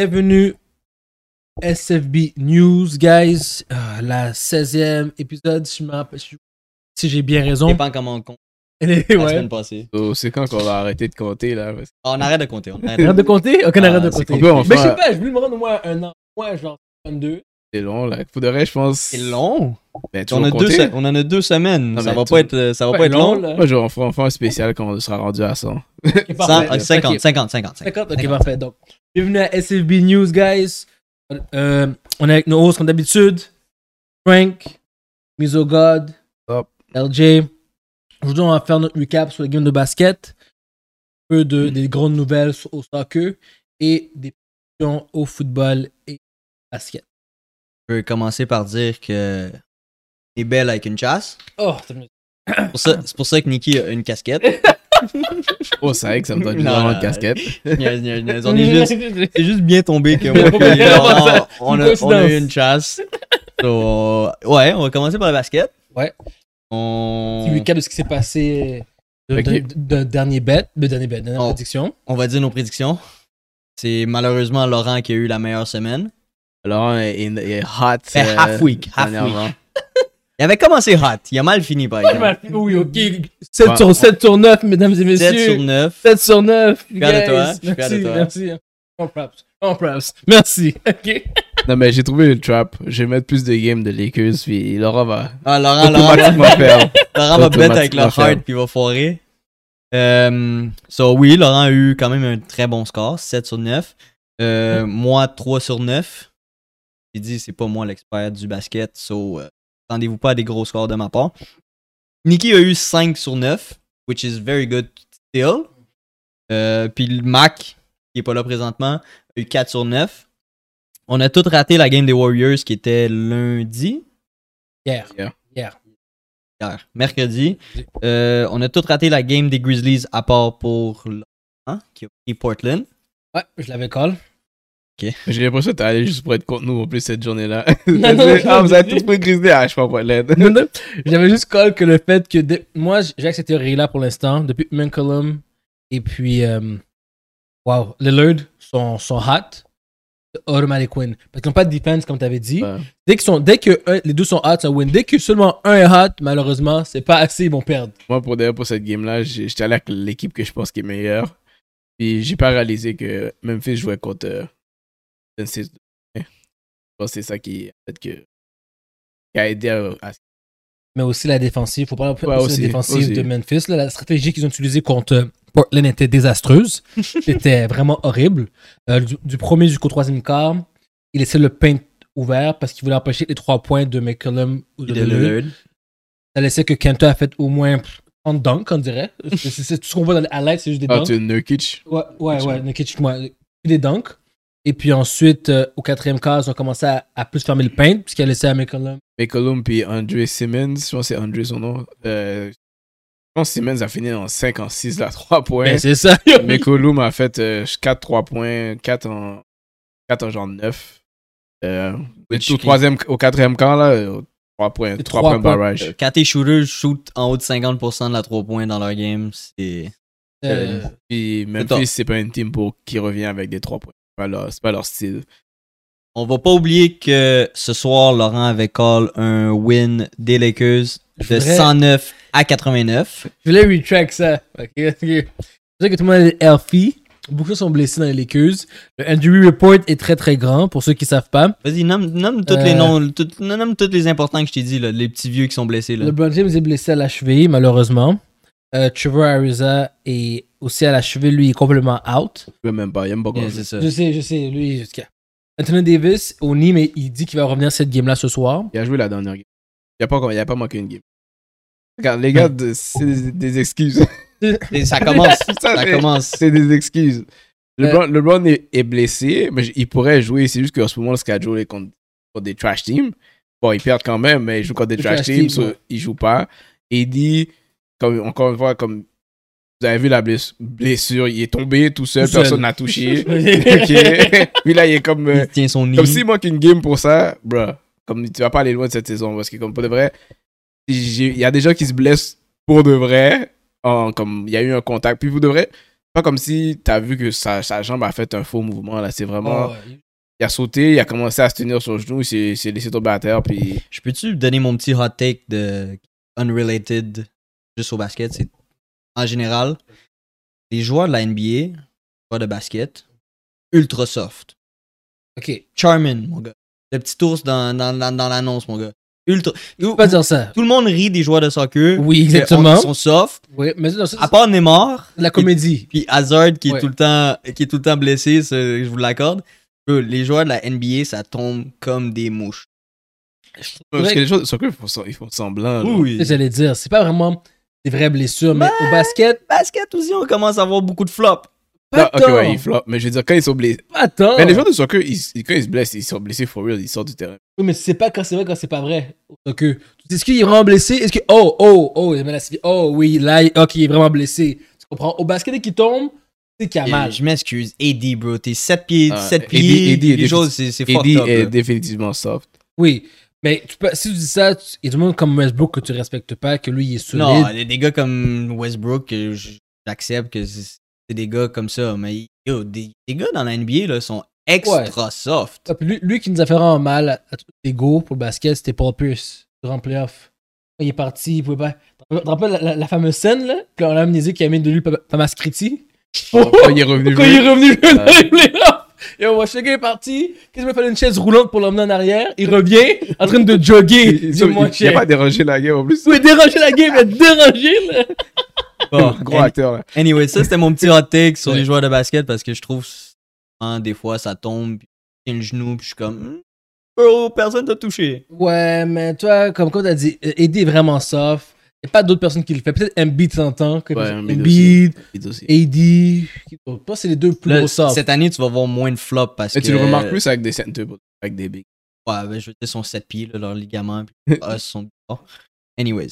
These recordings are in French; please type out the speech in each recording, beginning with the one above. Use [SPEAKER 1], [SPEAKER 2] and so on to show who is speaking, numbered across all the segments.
[SPEAKER 1] Bienvenue SFB News, guys. Ah, la 16e épisode, si je me rappelle- si- si j'ai bien raison.
[SPEAKER 2] dépend comment on compte. La
[SPEAKER 1] Ouais.
[SPEAKER 2] semaine passée.
[SPEAKER 3] So, c'est quand qu'on va arrêter de compter là parce que-
[SPEAKER 2] Ah, on arrête de compter. On arrête
[SPEAKER 1] On
[SPEAKER 2] de
[SPEAKER 1] arrête de
[SPEAKER 2] compter.
[SPEAKER 1] compter? Ok, on
[SPEAKER 2] Ah,
[SPEAKER 1] arrête de
[SPEAKER 2] c'est
[SPEAKER 1] compter.
[SPEAKER 3] On peut en
[SPEAKER 1] Mais je sais
[SPEAKER 3] faire.
[SPEAKER 1] pas, je voulais me rendre au moins un an. Moi, genre 22.
[SPEAKER 3] C'est long là. Pour de vrai, je pense.
[SPEAKER 2] C'est long.
[SPEAKER 3] Ben, tu
[SPEAKER 2] On,
[SPEAKER 3] vas
[SPEAKER 2] a deux
[SPEAKER 3] compter.
[SPEAKER 2] se- on en a deux semaines.
[SPEAKER 3] Non,
[SPEAKER 2] ça
[SPEAKER 3] mais
[SPEAKER 2] va
[SPEAKER 3] tu-
[SPEAKER 2] pas être, euh, ça va pas être long.
[SPEAKER 1] là.
[SPEAKER 3] Moi, je vais en faire en faire un spécial quand on sera rendu à 100.
[SPEAKER 1] Ok,
[SPEAKER 2] Cent-
[SPEAKER 1] parfait.
[SPEAKER 2] euh, 50, 50, 50,
[SPEAKER 1] 50, ok, parfait. Donc, bienvenue à SFB News, guys. Euh, on est avec nos hosts comme d'habitude. Frank, Misogod,
[SPEAKER 3] Hop.
[SPEAKER 1] LJ. Aujourd'hui, on va faire notre recap sur les games de basket. Un peu de, des grandes nouvelles sur- au soccer et des questions au football et basket.
[SPEAKER 2] Je peux commencer par dire que on est belle avec une chasse.
[SPEAKER 1] Oh, t'as mis-
[SPEAKER 2] C'est pour ça- C'est pour ça que Nikki a une casquette.
[SPEAKER 3] Oh, c'est vrai que ça me donne
[SPEAKER 2] Non,
[SPEAKER 3] bizarrement de
[SPEAKER 2] non,
[SPEAKER 3] casquette.
[SPEAKER 2] Niaise, niaise, niaise. on est juste, c'est juste bien tombé que moi,
[SPEAKER 1] Pas
[SPEAKER 2] puis-
[SPEAKER 1] vraiment ça.
[SPEAKER 2] on, on
[SPEAKER 1] Une
[SPEAKER 2] a, on a eu
[SPEAKER 1] coïncidence.
[SPEAKER 2] une chasse. So, euh, ouais, on va commencer par le basket.
[SPEAKER 1] Ouais. Petit
[SPEAKER 2] On,
[SPEAKER 1] recap de ce qui s'est passé de,
[SPEAKER 3] Ok.
[SPEAKER 1] de- de- de dernier bet, de dernier bet, dernière
[SPEAKER 2] Oh.
[SPEAKER 1] prédiction.
[SPEAKER 2] on va dire nos prédictions. C'est malheureusement Laurent qui a eu la meilleure semaine.
[SPEAKER 3] Laurent est, est- est hot.
[SPEAKER 1] Eh,
[SPEAKER 2] Fait
[SPEAKER 3] euh,
[SPEAKER 2] half week, half
[SPEAKER 3] dernièrement.
[SPEAKER 2] week. Il avait commencé hot, il a mal fini
[SPEAKER 1] Ah,
[SPEAKER 2] par exemple.
[SPEAKER 1] Oui, ok. 7
[SPEAKER 3] Ouais.
[SPEAKER 1] sur 7 sur 9, mesdames et
[SPEAKER 2] 7
[SPEAKER 1] messieurs.
[SPEAKER 2] sur 9.
[SPEAKER 1] 7 sur 9. Je
[SPEAKER 2] fier de toi, hein. Je suis fier de toi.
[SPEAKER 1] Merci. On props. On props. Merci. OK.
[SPEAKER 3] Non, mais j'ai trouvé une trap. Je vais mettre plus de games de Lakers. Puis Laurent va.
[SPEAKER 2] Ah, Laurent, Laurent,
[SPEAKER 3] automatiquement faire.
[SPEAKER 2] Laurent va bête avec le
[SPEAKER 3] automatiquement
[SPEAKER 2] heart puis il va foirer. Euh, so, oui, Laurent a eu quand même un très bon score, 7 sur 9. Euh, moi, 3 sur 9. Il dit, c'est pas moi l'expert du basket, so, euh, attendez-vous pas à des gros scores de ma part. Nikki a eu 5 sur 9, which is very good still. Euh, puis le Mac, qui est pas là présentement, a eu 4 sur 9. On a tout raté la game des Warriors qui était lundi,
[SPEAKER 1] Hier.
[SPEAKER 2] hier, mercredi. Euh, on a tout raté la game des Grizzlies à part pour Laurent, hein, qui a pris Portland.
[SPEAKER 1] Ouais, je l'avais call.
[SPEAKER 3] J'ai l'impression que t'es allé juste pour être contre nous en plus cette journée-là.
[SPEAKER 1] Non, non, je
[SPEAKER 3] ah, vous avez
[SPEAKER 1] l'ai
[SPEAKER 3] tous pris Grizzly. Ah, je prends pas l'aide.
[SPEAKER 1] Non, non. J'avais juste call que le fait que. dès- Moi, j- j'ai accepté Rayla pour l'instant, depuis McCollum et puis. euh, Wow. Lillard sont, sont hot. C'est Automatic win. Parce qu'ils n'ont pas de defense, comme tu avais dit.
[SPEAKER 3] Ouais.
[SPEAKER 1] Dès, qu'ils sont, dès que un- les deux sont hot, ça win. Dès que seulement un est hot, malheureusement, c'est pas assez, ils vont perdre.
[SPEAKER 3] Moi, pour d'ailleurs, pour cette game-là, j'ai- j'étais allé avec l'équipe que je pense qui est meilleure. Puis j'ai pas réalisé que Memphis jouait contre euh, Golden State. Je pense que c'est ça qui, en fait, que, qui a aidé à, à-
[SPEAKER 1] mais aussi la défensive. Faut pas aussi,
[SPEAKER 3] Ouais, aussi,
[SPEAKER 1] la défensive
[SPEAKER 3] aussi.
[SPEAKER 1] de Memphis. là. la stratégie qu'ils ont utilisée contre euh, Portland était désastreuse. C'était vraiment horrible. Euh, du, du premier jusqu'au troisième quart, ils laissaient le paint ouvert parce qu'ils voulaient empêcher les trois points de McCollum ou de Lillard. Ça laissait que Kenta a fait au moins 30 dunks, on dirait. C'est- C'est c'est tout ce qu'on voit dans les highlights, c'est juste des
[SPEAKER 3] Ah,
[SPEAKER 1] dunks.
[SPEAKER 3] tu es Nurkic.
[SPEAKER 1] Ouais, ouais,
[SPEAKER 3] Nurkic,
[SPEAKER 1] ouais,
[SPEAKER 3] ouais.
[SPEAKER 1] Nurkic, moi, des dunks. Et puis ensuite, euh, au quatrième quart, ils ont commencé à, à plus fermer le paint, puisqu'ils a laissé à McCollum.
[SPEAKER 3] McCollum puis Andre Simmons. Je pense que c'est Andre son nom. Euh, je pense que Simmons a fini en 5 en 6 là, 3 points.
[SPEAKER 1] Ben, c'est ça.
[SPEAKER 3] McCollum a fait 4 3 points, 4 en, 4 en genre 9. Euh,
[SPEAKER 2] Which
[SPEAKER 3] au,
[SPEAKER 2] qui-
[SPEAKER 3] troisième, au quatrième camp, là, 3 points,
[SPEAKER 1] Les
[SPEAKER 3] 3
[SPEAKER 1] trois
[SPEAKER 3] points
[SPEAKER 1] points,
[SPEAKER 3] barrage.
[SPEAKER 2] Quand tes shooters shootent en haut de 50% de la 3 points dans leur game, c'est.
[SPEAKER 1] Euh,
[SPEAKER 3] Puis
[SPEAKER 2] Attends.
[SPEAKER 3] Memphis, c'est pas une team pour qui revient avec des 3 points. C'est pas leur, c'est pas leur style.
[SPEAKER 2] On va pas oublier que ce soir, Laurent avait call un win des Lakers de
[SPEAKER 1] Vrai.
[SPEAKER 2] 109 à 89.
[SPEAKER 1] Je voulais retrack ça. Ok, ok. C'est pour ça que tout le monde est healthy. Beaucoup sont blessés dans les Lakers. Le injury report est très très grand pour ceux qui savent pas.
[SPEAKER 2] Vas-y, nomme, nomme tous
[SPEAKER 1] Euh.
[SPEAKER 2] les noms, tout- nomme tous les importants que je t'ai dit, là, les petits vieux qui sont blessés. Là.
[SPEAKER 1] LeBron James est blessé à la cheville malheureusement. Euh, Trevor Ariza est aussi à la cheville, lui il est complètement out.
[SPEAKER 3] Je veux même pas. Il aime pas
[SPEAKER 2] Yeah,
[SPEAKER 3] qu'on
[SPEAKER 2] c'est ça.
[SPEAKER 1] Je sais, je sais, lui jusqu'à. Anthony Davis au nid mais il dit qu'il va revenir cette game là ce soir.
[SPEAKER 3] Il a joué la dernière game. Il a pas, encore- il a pas manqué une game. Regarde, les gars, de- c'est des- des excuses.
[SPEAKER 2] Et Ça commence.
[SPEAKER 3] Ça,
[SPEAKER 2] ça
[SPEAKER 3] c'est-
[SPEAKER 2] commence.
[SPEAKER 3] C'est des excuses. LeBron, LeBron est, est blessé, mais j- il pourrait jouer. C'est juste qu'en ce moment, le schedule est contre, contre des trash teams. Bon, ils perdent quand même, mais ils jouent contre des
[SPEAKER 1] Des
[SPEAKER 3] trash,
[SPEAKER 1] trash
[SPEAKER 3] teams,
[SPEAKER 1] teams,
[SPEAKER 3] so
[SPEAKER 1] ouais.
[SPEAKER 3] ils jouent pas. Et dit, comme, encore une fois, comme vous avez vu la bless- blessure, il est tombé tout seul,
[SPEAKER 1] Tout seul.
[SPEAKER 3] personne n'a touché. ok. Puis là, il est comme. euh,
[SPEAKER 2] Il tient son nid.
[SPEAKER 3] comme s'il manque une game pour ça, bruh, comme tu vas pas aller loin de cette saison. Parce que, comme pour de vrai, j'ai- il y a des gens qui se blessent pour de vrai. en- comme il y a eu un contact. Puis pour de vrai, pas comme si t'as vu que sa, sa jambe a fait un faux mouvement. là. C'est vraiment.
[SPEAKER 1] Ah, ouais.
[SPEAKER 3] Il a sauté, il a commencé à se tenir sur le genou, il s'est il s'est laissé tomber à terre. Puis
[SPEAKER 2] Je peux-tu donner mon petit hot take de unrelated juste au basket? C'est en général, les joueurs de la NBA, joueurs de basket, ultra soft.
[SPEAKER 1] Ok.
[SPEAKER 2] Charmin, mon gars. Le petit ours dans, dans, dans, dans l'annonce, mon gars. Ultra.
[SPEAKER 1] Je peux pas dire ça.
[SPEAKER 2] Tout le monde rit des joueurs de soccer.
[SPEAKER 1] Oui,
[SPEAKER 2] que on-
[SPEAKER 1] exactement.
[SPEAKER 2] Ils sont soft.
[SPEAKER 1] Oui, mais dans ça,
[SPEAKER 2] À part Neymar,
[SPEAKER 1] c'est la comédie.
[SPEAKER 2] puis Hazard qui
[SPEAKER 1] Ouais.
[SPEAKER 2] est tout le temps qui est tout le temps blessé, ça, je vous l'accorde. Euh, Les joueurs de la NBA, ça tombe comme des mouches.
[SPEAKER 3] Parce que les choses, sur quoi ils font, sem- ils font semblant. là.
[SPEAKER 1] C'est ce que J'allais dire, c'est pas vraiment des vraies blessures, mais au basket,
[SPEAKER 2] Basket aussi, on commence à avoir beaucoup de flops.
[SPEAKER 1] pas
[SPEAKER 3] Ah, ok,
[SPEAKER 1] tant.
[SPEAKER 3] ouais, ils floppent. Mais je veux dire, quand ils sont blessés.
[SPEAKER 1] Pas tant.
[SPEAKER 3] Mais les gens de soccer, ils, ils- quand ils se blessent, ils sont blessés for real, ils sortent du terrain.
[SPEAKER 1] Oui, mais tu sais pas quand c'est vrai, quand c'est pas vrai. Donc, euh, tu dis, est-ce qu'il est vraiment blessé Est-ce que. Oh, oh, oh, il a mal à la Oh, oui, là, il- ok, il est vraiment blessé. Tu comprends Au basket, dès qu'il tombe, c'est qu'il a
[SPEAKER 2] Et
[SPEAKER 1] mal.
[SPEAKER 2] Je m'excuse. Eddie, bro, t'es 7 pieds,
[SPEAKER 3] Ah,
[SPEAKER 2] 7
[SPEAKER 3] Eddie-
[SPEAKER 2] pieds.
[SPEAKER 3] Eddie est
[SPEAKER 2] les choses, c'est c'est fucked
[SPEAKER 3] Eddie
[SPEAKER 2] up,
[SPEAKER 3] est
[SPEAKER 2] là.
[SPEAKER 3] définitivement soft.
[SPEAKER 1] Oui. Mais tu peux, si tu dis ça, tu- il y a tout le monde comme Westbrook que tu respectes pas, que lui, il est solide.
[SPEAKER 2] Non, il y a des gars comme Westbrook, que j- j'accepte que c'est c'est des gars comme ça, mais yo, des, des gars dans la NBA là, sont extra soft.
[SPEAKER 1] Ah, puis Lui, lui qui nous a fait vraiment mal à, à tous les go pour le basket, c'était Paul Pierce durant le playoff. Quand Il est parti, il pouvait pas. Tu te rappelles la, la- la fameuse scène, là Puis on a amnésié qui a mis de lui Pam- Pamas Criti.
[SPEAKER 3] Quand quand il est revenu.
[SPEAKER 1] Quand Oh, il
[SPEAKER 3] jouer,
[SPEAKER 1] est revenu jouer dans
[SPEAKER 3] Ouais.
[SPEAKER 1] les playoffs, et on voit Shaggy est parti. Qu'est-ce qu'il m'a fallu une chaise roulante pour l'emmener en arrière Il revient en train de jogger.
[SPEAKER 3] il- il-
[SPEAKER 1] Dis-moi,
[SPEAKER 3] Il n'a pas
[SPEAKER 1] Shaggy.
[SPEAKER 3] dérangé la game en plus.
[SPEAKER 1] Vous pouvez déranger la game, mais déranger, là.
[SPEAKER 2] Bon,
[SPEAKER 3] Gros
[SPEAKER 2] any-
[SPEAKER 3] acteur là.
[SPEAKER 2] anyway, ça c'était mon petit hot take sur
[SPEAKER 1] Ouais.
[SPEAKER 2] les joueurs de basket parce que je trouve hein, des fois ça tombe, puis je tiens le genou, puis je suis comme, Hmm, bro, personne t'a touché.
[SPEAKER 1] Ouais, mais toi, comme quand t'as dit, euh, Eddie est vraiment soft. Il n'y a pas d'autres personnes qui le font. Peut-être Embiid de temps en temps. que-
[SPEAKER 3] Ouais, Embiid
[SPEAKER 1] Embiid,
[SPEAKER 3] Il aussi.
[SPEAKER 1] AD. Je pense que c'est les deux plus
[SPEAKER 2] Là,
[SPEAKER 1] gros sorts.
[SPEAKER 2] cette année, tu vas voir moins de flops parce
[SPEAKER 3] Mais
[SPEAKER 2] que
[SPEAKER 3] tu le remarques plus avec des centers, avec des bigs.
[SPEAKER 2] Ouais, ben, je veux dire, ils sont 7 pieds, là, leurs ligaments, puis leurs os sont bizarres. Anyways,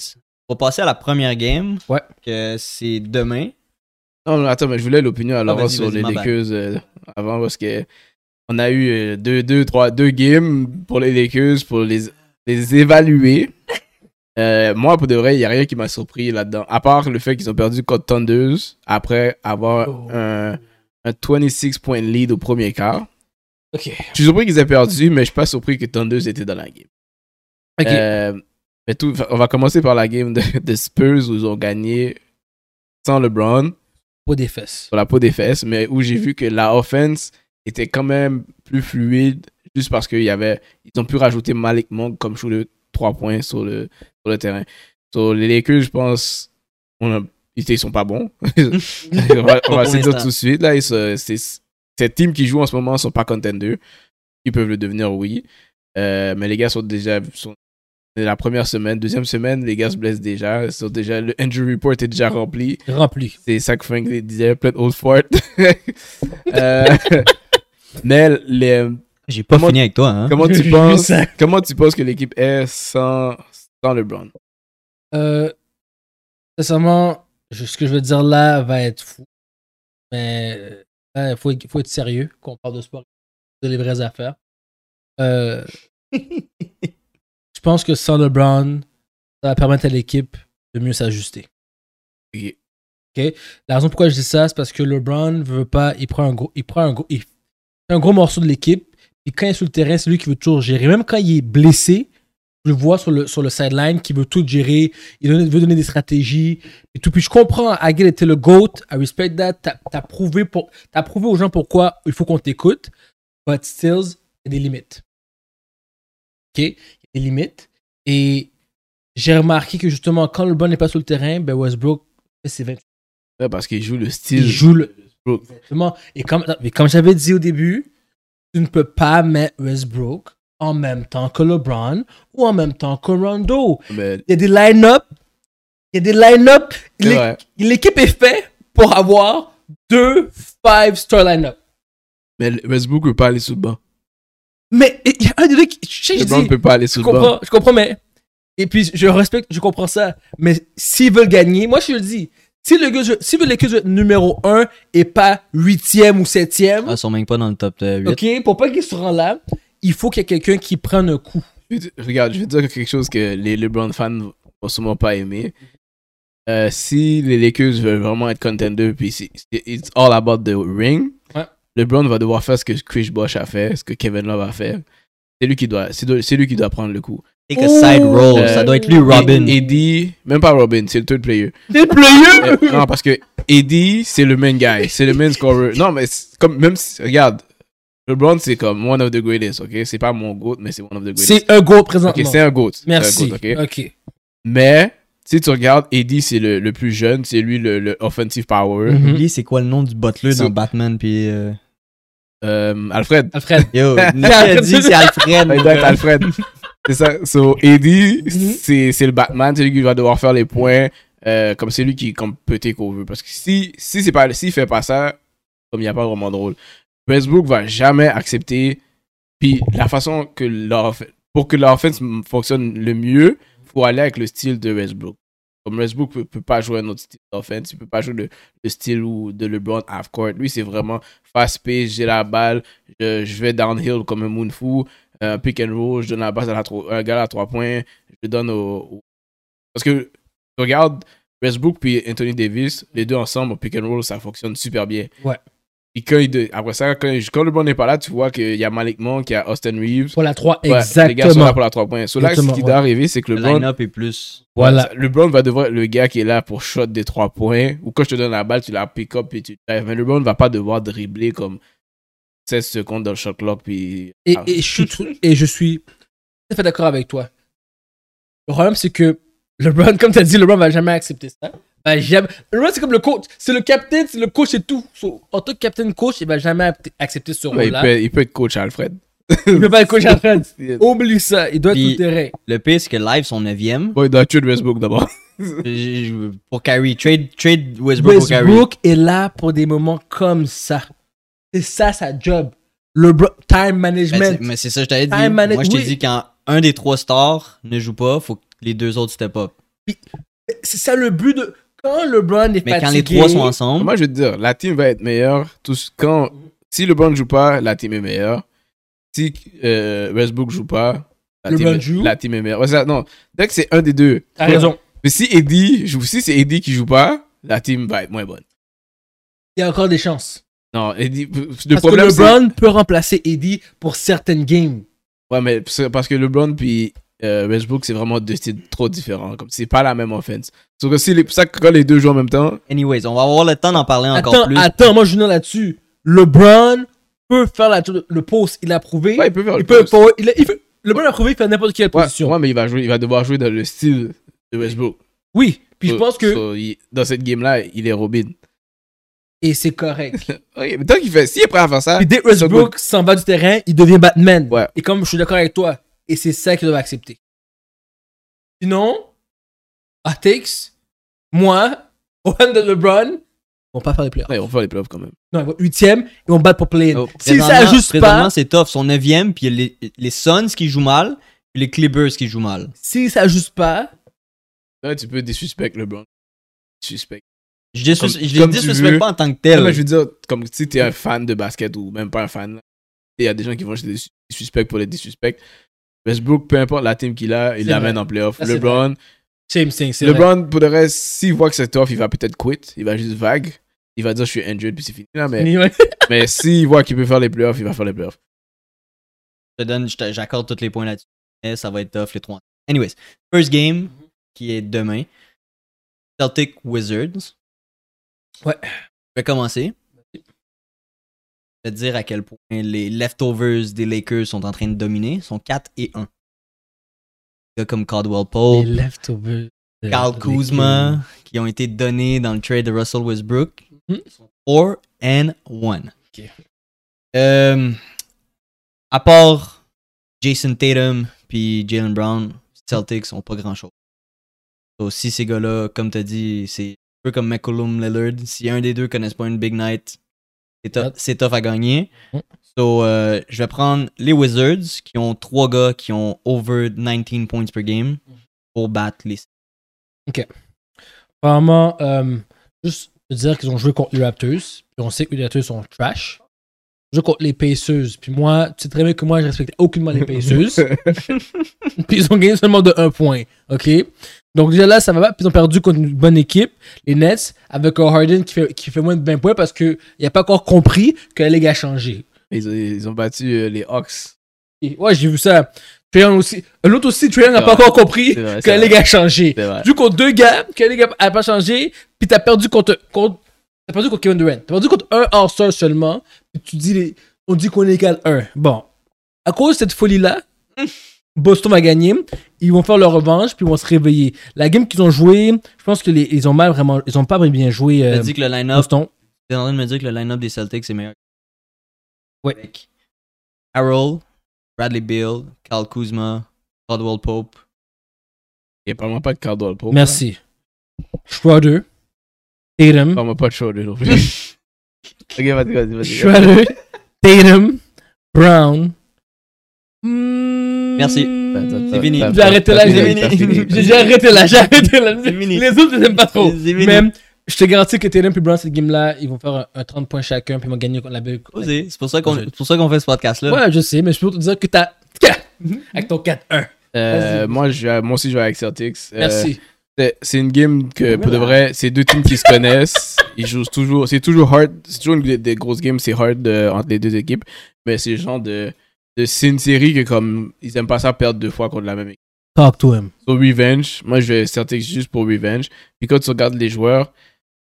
[SPEAKER 2] on va passer à la première game.
[SPEAKER 1] Ouais.
[SPEAKER 2] Que c'est demain.
[SPEAKER 3] Non, mais attends, mais je voulais l'opinion à Laurent
[SPEAKER 2] Ah, vas-y,
[SPEAKER 3] sur
[SPEAKER 2] vas-y,
[SPEAKER 3] les
[SPEAKER 2] my bad.
[SPEAKER 3] Lakers euh, avant parce que on a eu euh, deux, deux, trois, deux games pour les Lakers pour les, les évaluer. Euh, moi, pour de vrai, il n'y a rien qui m'a surpris là-dedans. À part le fait qu'ils ont perdu contre Thunders après avoir
[SPEAKER 1] Oh.
[SPEAKER 3] un, un 26-point lead au premier quart.
[SPEAKER 1] Ok.
[SPEAKER 3] Je suis surpris qu'ils aient perdu, mais je suis pas surpris que Thunders était dans la game.
[SPEAKER 1] Ok.
[SPEAKER 3] Euh, mais tout, on va commencer par la game de, de Spurs où ils ont gagné sans LeBron
[SPEAKER 1] Pas des fesses.
[SPEAKER 3] sur la peau des fesses, mais où j'ai vu que la offense était quand même plus fluide juste parce qu'ils avait, ils ont pu rajouter Malik Monk comme shoot de 3 points sur le, sur le terrain. Sur les Lakers, je pense, on a- ils ils sont pas bons. on va,
[SPEAKER 2] Pas
[SPEAKER 3] on va
[SPEAKER 2] pour
[SPEAKER 3] se dire
[SPEAKER 2] l'instant.
[SPEAKER 3] tout de suite. Là, ils se- c'est- ces teams qui jouent en ce moment sont pas contenders. Ils peuvent le devenir, oui. Euh, mais les gars sont déjà. Sont, c'est la première semaine, deuxième semaine, les gars se blessent déjà. Ils Sont déjà le injury report est déjà rempli.
[SPEAKER 1] Rempli.
[SPEAKER 3] C'est ça que Frank disait, plein de old fart. Euh, mais les-
[SPEAKER 2] J'ai pas
[SPEAKER 3] Comment-
[SPEAKER 2] fini avec toi, hein.
[SPEAKER 3] comment,
[SPEAKER 1] J'ai
[SPEAKER 3] tu
[SPEAKER 1] vu
[SPEAKER 3] penses,
[SPEAKER 1] ça.
[SPEAKER 3] comment tu penses que l'équipe est sans, sans LeBron
[SPEAKER 1] Euh, sincèrement, je- ce que je veux dire là va être fou. Mais euh, là, il faut, il faut être sérieux quand on parle de sport, de les vraies affaires. Euh, je pense que sans LeBron, ça va permettre à l'équipe de mieux s'ajuster.
[SPEAKER 3] Ok.
[SPEAKER 1] Ok? La raison pourquoi je dis ça, c'est parce que LeBron veut pas, il prend un gros, il prend un gros, il fait un gros morceau de l'équipe. Et quand il est sur le terrain, c'est lui qui veut toujours gérer. Même quand il est blessé, je le vois sur le, sur le sideline qui veut tout gérer. Il donne- veut donner des stratégies et tout. Puis je comprends, Aguil était le GOAT. I respect that. T'as t'as prouvé, pour- t'as prouvé aux gens pourquoi il faut qu'on t'écoute. But stills, il y a des limites. OK? Il y a des limites. Et j'ai remarqué que justement, quand le bon n'est pas sur le terrain, ben Westbrook, c'est 20.
[SPEAKER 3] Ouais, Parce qu'il joue le style.
[SPEAKER 1] Il joue le,
[SPEAKER 3] Westbrook.
[SPEAKER 1] Exactement. Et comme, mais comme j'avais dit au début, tu ne peux pas mettre Westbrook en même temps que LeBron ou en même temps que Rondo.
[SPEAKER 3] Mais-
[SPEAKER 1] Il y a des line-up. Il y a des line-up.
[SPEAKER 3] c'est
[SPEAKER 1] l'é-
[SPEAKER 3] vrai.
[SPEAKER 1] L'équipe est faite pour avoir deux five-star line-up.
[SPEAKER 3] Mais le- Westbrook ne peut pas aller sous le banc.
[SPEAKER 1] Mais il y a un des deux qui. Je sais, je
[SPEAKER 3] LeBron ne
[SPEAKER 1] dis-
[SPEAKER 3] peut pas aller sous
[SPEAKER 1] je
[SPEAKER 3] le banc.
[SPEAKER 1] comprends, je comprends, mais. Et puis, je respecte, je comprends ça. Mais s'ils veulent gagner, moi, je le dis. Si le gars, s'ils veulent les que numéro 1 et pas huitième ou septième,
[SPEAKER 2] Ah, ils sont même pas dans le top euh, 8.
[SPEAKER 1] OK, pour pas qu'il se rende là, il faut qu'il y ait quelqu'un qui prenne un coup.
[SPEAKER 3] Je vais te- Regarde, je vais te dire quelque chose que les LeBron fans vont sûrement pas aimer. euh, si les Lakers veulent vraiment être contender, puis c'est c'est- it's all about the ring,
[SPEAKER 1] Ouais.
[SPEAKER 3] LeBron va devoir faire ce que Chris Bosh a fait, ce que Kevin Love a fait. C'est lui qui doit, c'est do- c'est lui qui doit prendre le coup.
[SPEAKER 2] Take a side
[SPEAKER 1] Ouh.
[SPEAKER 2] roll.
[SPEAKER 3] Euh,
[SPEAKER 2] ça doit être lui, Robin.
[SPEAKER 3] Et- Eddie, même pas Robin, c'est le third player.
[SPEAKER 1] Des
[SPEAKER 3] Euh, non, parce que Eddie, c'est le main guy, c'est le main scorer. Non, mais c'est comme, même si, regarde, LeBron, c'est comme one of the greatest, ok? C'est pas mon GOAT, mais c'est one of the greatest.
[SPEAKER 1] C'est un go
[SPEAKER 3] Ok,
[SPEAKER 1] présentement.
[SPEAKER 3] c'est un GOAT. c'est un
[SPEAKER 1] Merci.
[SPEAKER 3] GOAT, ok?
[SPEAKER 1] Ok.
[SPEAKER 3] Mais, si tu regardes, Eddie, c'est le, le plus jeune, c'est lui le, le offensive power.
[SPEAKER 1] Mhm.
[SPEAKER 2] Oublie, c'est quoi le nom du butler
[SPEAKER 3] So-
[SPEAKER 2] dans Batman, puis... euh,
[SPEAKER 3] Euh, Alfred.
[SPEAKER 1] Alfred.
[SPEAKER 2] Yo, Nick a dit c'est Alfred.
[SPEAKER 3] Ouais, il doit être Alfred. c'est ça. So, Eddie,
[SPEAKER 1] Mhm.
[SPEAKER 3] c'est c'est le Batman, c'est lui qui va devoir faire les points, euh, comme c'est lui qui comme peut take over. Parce que si si c'est pas s'il fait pas ça, comme il n'y a pas vraiment de rôle, Westbrook va jamais accepter. Puis la façon que leur off- pour que l'offense fonctionne le mieux, faut aller avec le style de Westbrook. Comme Westbrook peut, peut pas jouer un autre style d'offense, il peut pas jouer le, le style où, de LeBron half court. Lui, c'est vraiment fast pace, j'ai la balle, je, je vais downhill comme un moonfou un pick and roll, je donne la base à la tro- un gars à trois points, je le donne au, au- Parce que tu regardes Westbrook puis Anthony Davis, les deux ensemble au pick and roll, ça fonctionne super bien.
[SPEAKER 1] Ouais.
[SPEAKER 3] Et quand ils deux- après ça, quand, quand LeBron n'est pas là, tu vois qu'il y a Malik Monk, il y a Austin Reeves.
[SPEAKER 1] Pour la 3,
[SPEAKER 3] Ouais, les gars sont là
[SPEAKER 1] exactement.
[SPEAKER 3] pour la trois points. So là, ce qui
[SPEAKER 1] Exactement, ouais.
[SPEAKER 3] doit arriver, c'est que
[SPEAKER 2] Le
[SPEAKER 3] LeBron,
[SPEAKER 2] line-up est plus...
[SPEAKER 1] Voilà.
[SPEAKER 3] LeBron va devoir le gars qui est là pour shot des trois points, ou quand je te donne la balle, tu la pick up et tu drives. Mais LeBron va pas devoir dribbler comme 16 secondes dans le shot clock. Puis... ah,
[SPEAKER 1] Et,
[SPEAKER 2] Ah.
[SPEAKER 1] et je suis, tout- et je suis tout à fait d'accord avec toi. Le problème, c'est que LeBron, comme tu as dit, LeBron va jamais accepter ça. Va jamais... LeBron, c'est comme le coach. C'est le capitaine, c'est le coach et tout. So, en tant que capitaine coach, il va jamais ap- accepter ce
[SPEAKER 3] Ouais, il,
[SPEAKER 1] rôle-là.
[SPEAKER 3] peut, il peut être coach Alfred.
[SPEAKER 1] Il peut pas être coach à Fred.
[SPEAKER 3] Yeah.
[SPEAKER 1] Oublie ça. Il doit être
[SPEAKER 2] Puis-
[SPEAKER 1] tout terrain.
[SPEAKER 2] Le pire, c'est que Live sont 9e.
[SPEAKER 3] Bon, il doit tuer le Westbrook d'abord.
[SPEAKER 2] J'ai- j'ai- Pour Kyrie. Trade, trade Westbrook pour Kyrie.
[SPEAKER 1] Westbrook est là pour des moments comme ça. C'est ça sa job. Le bro- time
[SPEAKER 2] Ben,
[SPEAKER 1] management.
[SPEAKER 2] c'est- Mais c'est ça, je t'avais dit.
[SPEAKER 1] Time manage-
[SPEAKER 2] Moi, je t'ai
[SPEAKER 1] oui.
[SPEAKER 2] dit, quand un des trois stars ne joue pas, faut que les deux autres step up.
[SPEAKER 1] C'est ça le but de. Quand LeBron est fatigué.
[SPEAKER 2] Mais quand les trois sont ensemble,
[SPEAKER 3] Moi, je veux te dire, la team va être meilleure. Tous, quand, si LeBron ne joue pas, la team est meilleure. Si euh, Westbrook joue pas, la,
[SPEAKER 1] LeBron
[SPEAKER 3] team,
[SPEAKER 1] joue.
[SPEAKER 3] la team est meilleure. Ouais, ça, non, dès que c'est un des deux.
[SPEAKER 1] T'as raison.
[SPEAKER 3] Mais si Eddie joue, si c'est Eddie qui joue pas, la team va être moins bonne.
[SPEAKER 1] Il y a encore des chances.
[SPEAKER 3] Non, Eddie, le
[SPEAKER 1] Parce
[SPEAKER 3] problème
[SPEAKER 1] que
[SPEAKER 3] c'est.
[SPEAKER 1] LeBron peut remplacer Eddie pour certaines games.
[SPEAKER 3] Ouais, mais c'est parce que LeBron puis euh, Westbrook, c'est vraiment deux styles trop différents. Comme c'est pas la même offense. Sauf que si les, ça, quand les deux jouent en même temps,
[SPEAKER 2] anyways, on va avoir le temps d'en parler encore
[SPEAKER 1] attends,
[SPEAKER 2] plus.
[SPEAKER 1] attends, moi je suis là-dessus. LeBron peut faire la- le post, il a prouvé.
[SPEAKER 3] ouais, ils peuvent faire
[SPEAKER 1] il
[SPEAKER 3] le
[SPEAKER 1] peut,
[SPEAKER 3] poste.
[SPEAKER 1] forward- il a- il peut- LeBron a prouvé il fait n'importe quelle
[SPEAKER 3] Ouais,
[SPEAKER 1] position.
[SPEAKER 3] ouais, mais il va, jouer, il va devoir jouer dans le style de Westbrook.
[SPEAKER 1] Oui, puis je
[SPEAKER 3] So-
[SPEAKER 1] pense que
[SPEAKER 3] so, il- dans cette game-là, il est Robin.
[SPEAKER 1] et c'est correct.
[SPEAKER 3] Ok, mais tant qu'il fait, s'il est prêt à faire ça,
[SPEAKER 1] Puis dès que Westbrook s'en va du terrain, il devient Batman.
[SPEAKER 3] Ouais.
[SPEAKER 1] Et comme je suis d'accord avec toi, et c'est ça qu'il doit accepter. Sinon, à takes, moi, Owen de LeBron, vont pas faire les playoffs.
[SPEAKER 3] Ouais, ils vont faire les playoffs quand même.
[SPEAKER 1] Non, ils vont huitième, ils vont battre pour play-in.
[SPEAKER 2] Oh,
[SPEAKER 1] si
[SPEAKER 2] présentement-
[SPEAKER 1] ça ajuste
[SPEAKER 2] présentement,
[SPEAKER 1] pas,
[SPEAKER 2] c'est tough. Ils sont 9e, puis les, les Suns qui jouent mal, puis les Clippers qui jouent mal.
[SPEAKER 1] si ça ajuste pas,
[SPEAKER 3] Là, tu peux désuspecter LeBron. Suspect.
[SPEAKER 2] Je dis
[SPEAKER 3] Comme-
[SPEAKER 2] je les
[SPEAKER 3] comme tu veux.
[SPEAKER 2] disrespecte pas en tant que
[SPEAKER 3] Non,
[SPEAKER 2] tel.
[SPEAKER 3] mais je veux dire, comme si t'es un fan de basket ou même pas un fan, là, il y a des gens qui vont chez des suspects pour les désuspects. Westbrook, peu importe la team qu'il a, il
[SPEAKER 1] C'est
[SPEAKER 3] l'amène en playoff.
[SPEAKER 1] Ça, c'est
[SPEAKER 3] LeBron,
[SPEAKER 1] same thing, c'est vrai.
[SPEAKER 3] LeBron, pour le reste, s'il voit que c'est off, il va peut-être quit. Il va juste vague. Il va dire, je suis injured, puis c'est fini. Là, mais
[SPEAKER 1] Anyway.
[SPEAKER 3] mais s'il voit qu'il peut faire les playoffs, il va faire les playoffs.
[SPEAKER 2] Je te donne, je te- j'accorde tous les points là-dessus. Mais ça va être tough, les trois. Anyways, first game, qui est demain. Celtic Wizards.
[SPEAKER 1] Ouais.
[SPEAKER 2] Je vais commencer. Je vais te dire à quel point les leftovers des Lakers sont en train de dominer. Ils sont 4 et 1. Des gars comme Caldwell
[SPEAKER 3] Oh.
[SPEAKER 2] Pope,
[SPEAKER 1] leftovers.
[SPEAKER 2] Carl Kuzma, qui ont été donnés dans le trade de Russell Westbrook.
[SPEAKER 1] Mhm.
[SPEAKER 2] 4 and 1.
[SPEAKER 1] Ok.
[SPEAKER 2] Euh, à part Jason Tatum puis Jalen Brown, les Celtics ont pas grand-chose. Donc, si ces gars-là, comme tu as dit, c'est un peu comme McCollum Lillard, si un des deux connaissent pas une big night, c'est tou-
[SPEAKER 1] Yep.
[SPEAKER 2] c'est tough à gagner.
[SPEAKER 1] Mhm.
[SPEAKER 2] So, euh, je vais prendre les Wizards, qui ont trois gars qui ont over 19 points per game, pour battre les
[SPEAKER 1] Apparemment, euh, juste te dire qu'ils ont joué contre les Raptors. Puis on sait que les Raptors sont trash. Ils ont joué contre les Pacers. Puis moi, tu sais très bien que moi, je respectais aucunement les Pacers. puis ils ont gagné seulement de 1 point. OK? Donc déjà là, ça va pas. Puis ils ont perdu contre une bonne équipe, les Nets, avec un Harden qui fait, qui fait moins de 20 points parce qu'il n'a pas encore compris que la Ligue a changé.
[SPEAKER 3] Ils, ils ont battu euh, les Hawks.
[SPEAKER 1] Et ouais, j'ai vu ça. Trae Young aussi. L'autre aussi, Trae Young n'a
[SPEAKER 3] Ouais.
[SPEAKER 1] pas encore compris
[SPEAKER 3] C'est vrai,
[SPEAKER 1] que
[SPEAKER 3] c'est
[SPEAKER 1] la Ligue a changé.
[SPEAKER 3] C'est vrai.
[SPEAKER 1] Tu joues contre deux gars, que la Ligue a pas changé, puis t'as perdu contre, contre, t'as perdu contre Kevin Durant. T'as perdu contre un en sol seulement, puis tu dis, les- on dit qu'on est égal 1. Bon. À cause de cette folie-là, Boston va gagner, ils vont faire leur revanche, puis ils vont se réveiller. La game qu'ils ont jouée, je pense qu'ils ils ont mal vraiment, ils ont pas bien joué euh,
[SPEAKER 2] T'as dit que le line-up.
[SPEAKER 1] Boston.
[SPEAKER 2] T'es en train de me dire que le line-up des Celtics est meilleur.
[SPEAKER 1] Ouais.
[SPEAKER 2] Avec Harold, Bradley Beal, Kyle Kuzma, Caldwell Pope.
[SPEAKER 3] Il n'y a probablement pas de Cardwell Pope.
[SPEAKER 1] Merci. Schroeder, Tatum,
[SPEAKER 3] Parle-moi hein. pas de Schroeder non plus. ok, vas-y, vas-y, vas-y.
[SPEAKER 1] Schroeder, Tatum, Brown. Hmm.
[SPEAKER 2] Merci. C'est fini.
[SPEAKER 1] J'ai arrêté là,
[SPEAKER 2] fini,
[SPEAKER 1] j'ai
[SPEAKER 2] t'as fini.
[SPEAKER 1] j'ai- j'ai arrêté là, j'ai arrêté là.
[SPEAKER 2] C'est fini.
[SPEAKER 1] Les autres, je les aime pas trop.
[SPEAKER 2] C'est fini.
[SPEAKER 1] Mais je te garantis que Tatum et Brown, cette game-là, ils vont faire un, un 30 points chacun, puis ils vont gagner contre la Belle.
[SPEAKER 2] Osez, C'est pour ça qu'on c'est pour ça qu'on fait ce podcast-là.
[SPEAKER 1] Ouais, je sais, mais je peux te dire que t'as. Avec ton 4-1. Vas-y.
[SPEAKER 3] Euh, moi, je, vais- moi aussi, je vais avec Celtics. Euh,
[SPEAKER 1] Merci.
[SPEAKER 3] c'est- c'est une game que, pour de vrai, c'est deux teams qui se connaissent. Ils jouent toujours. C'est toujours hard. C'est toujours une des, des grosses games. C'est hard euh, entre les deux équipes. Mais c'est le genre de. de c'est une série que, comme. Ils aiment pas ça perdre deux fois contre la même équipe.
[SPEAKER 1] Talk to him.
[SPEAKER 3] So, Revenge. Moi, je vais Celtics juste pour Revenge. Puis quand tu regardes les joueurs,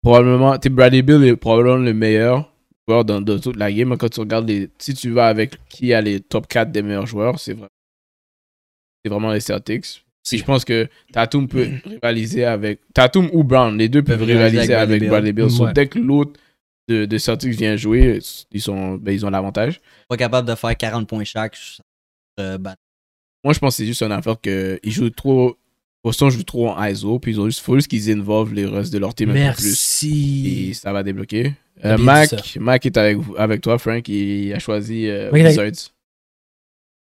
[SPEAKER 3] probablement. Tu sais, Bradley Bill est probablement le meilleur joueur dans, dans toute la game. Mais quand tu regardes les. Si tu vas avec qui a les top 4 des meilleurs joueurs, c'est vrai. C'est vraiment les Celtics. Si je pense que Tatum peut rivaliser avec. Tatum ou Brown, les deux peuvent
[SPEAKER 2] Peuvent rivaliser
[SPEAKER 3] rivaliser
[SPEAKER 2] avec
[SPEAKER 3] avec
[SPEAKER 2] Bradley
[SPEAKER 3] Bradley Bill. So,
[SPEAKER 1] Ouais.
[SPEAKER 3] dès que l'autre de, de Celtics vient jouer, ils, sont, ben, ils ont l'avantage.
[SPEAKER 2] Pas capable de faire 40 points chaque. je- euh, bah,
[SPEAKER 3] Moi, je pense que c'est juste une affaire qu'ils jouent trop. Boston joue trop en ISO, puis ils ont juste, faut juste qu'ils involvent les restes de leur team un peu plus. Et
[SPEAKER 1] Merci.
[SPEAKER 3] ça va débloquer.
[SPEAKER 1] T'as bien
[SPEAKER 3] Euh,
[SPEAKER 1] dit
[SPEAKER 3] Mac, Mac est avec, vous- avec toi, Frank. Il a choisi euh,
[SPEAKER 1] Oui, il a-
[SPEAKER 3] Wizards.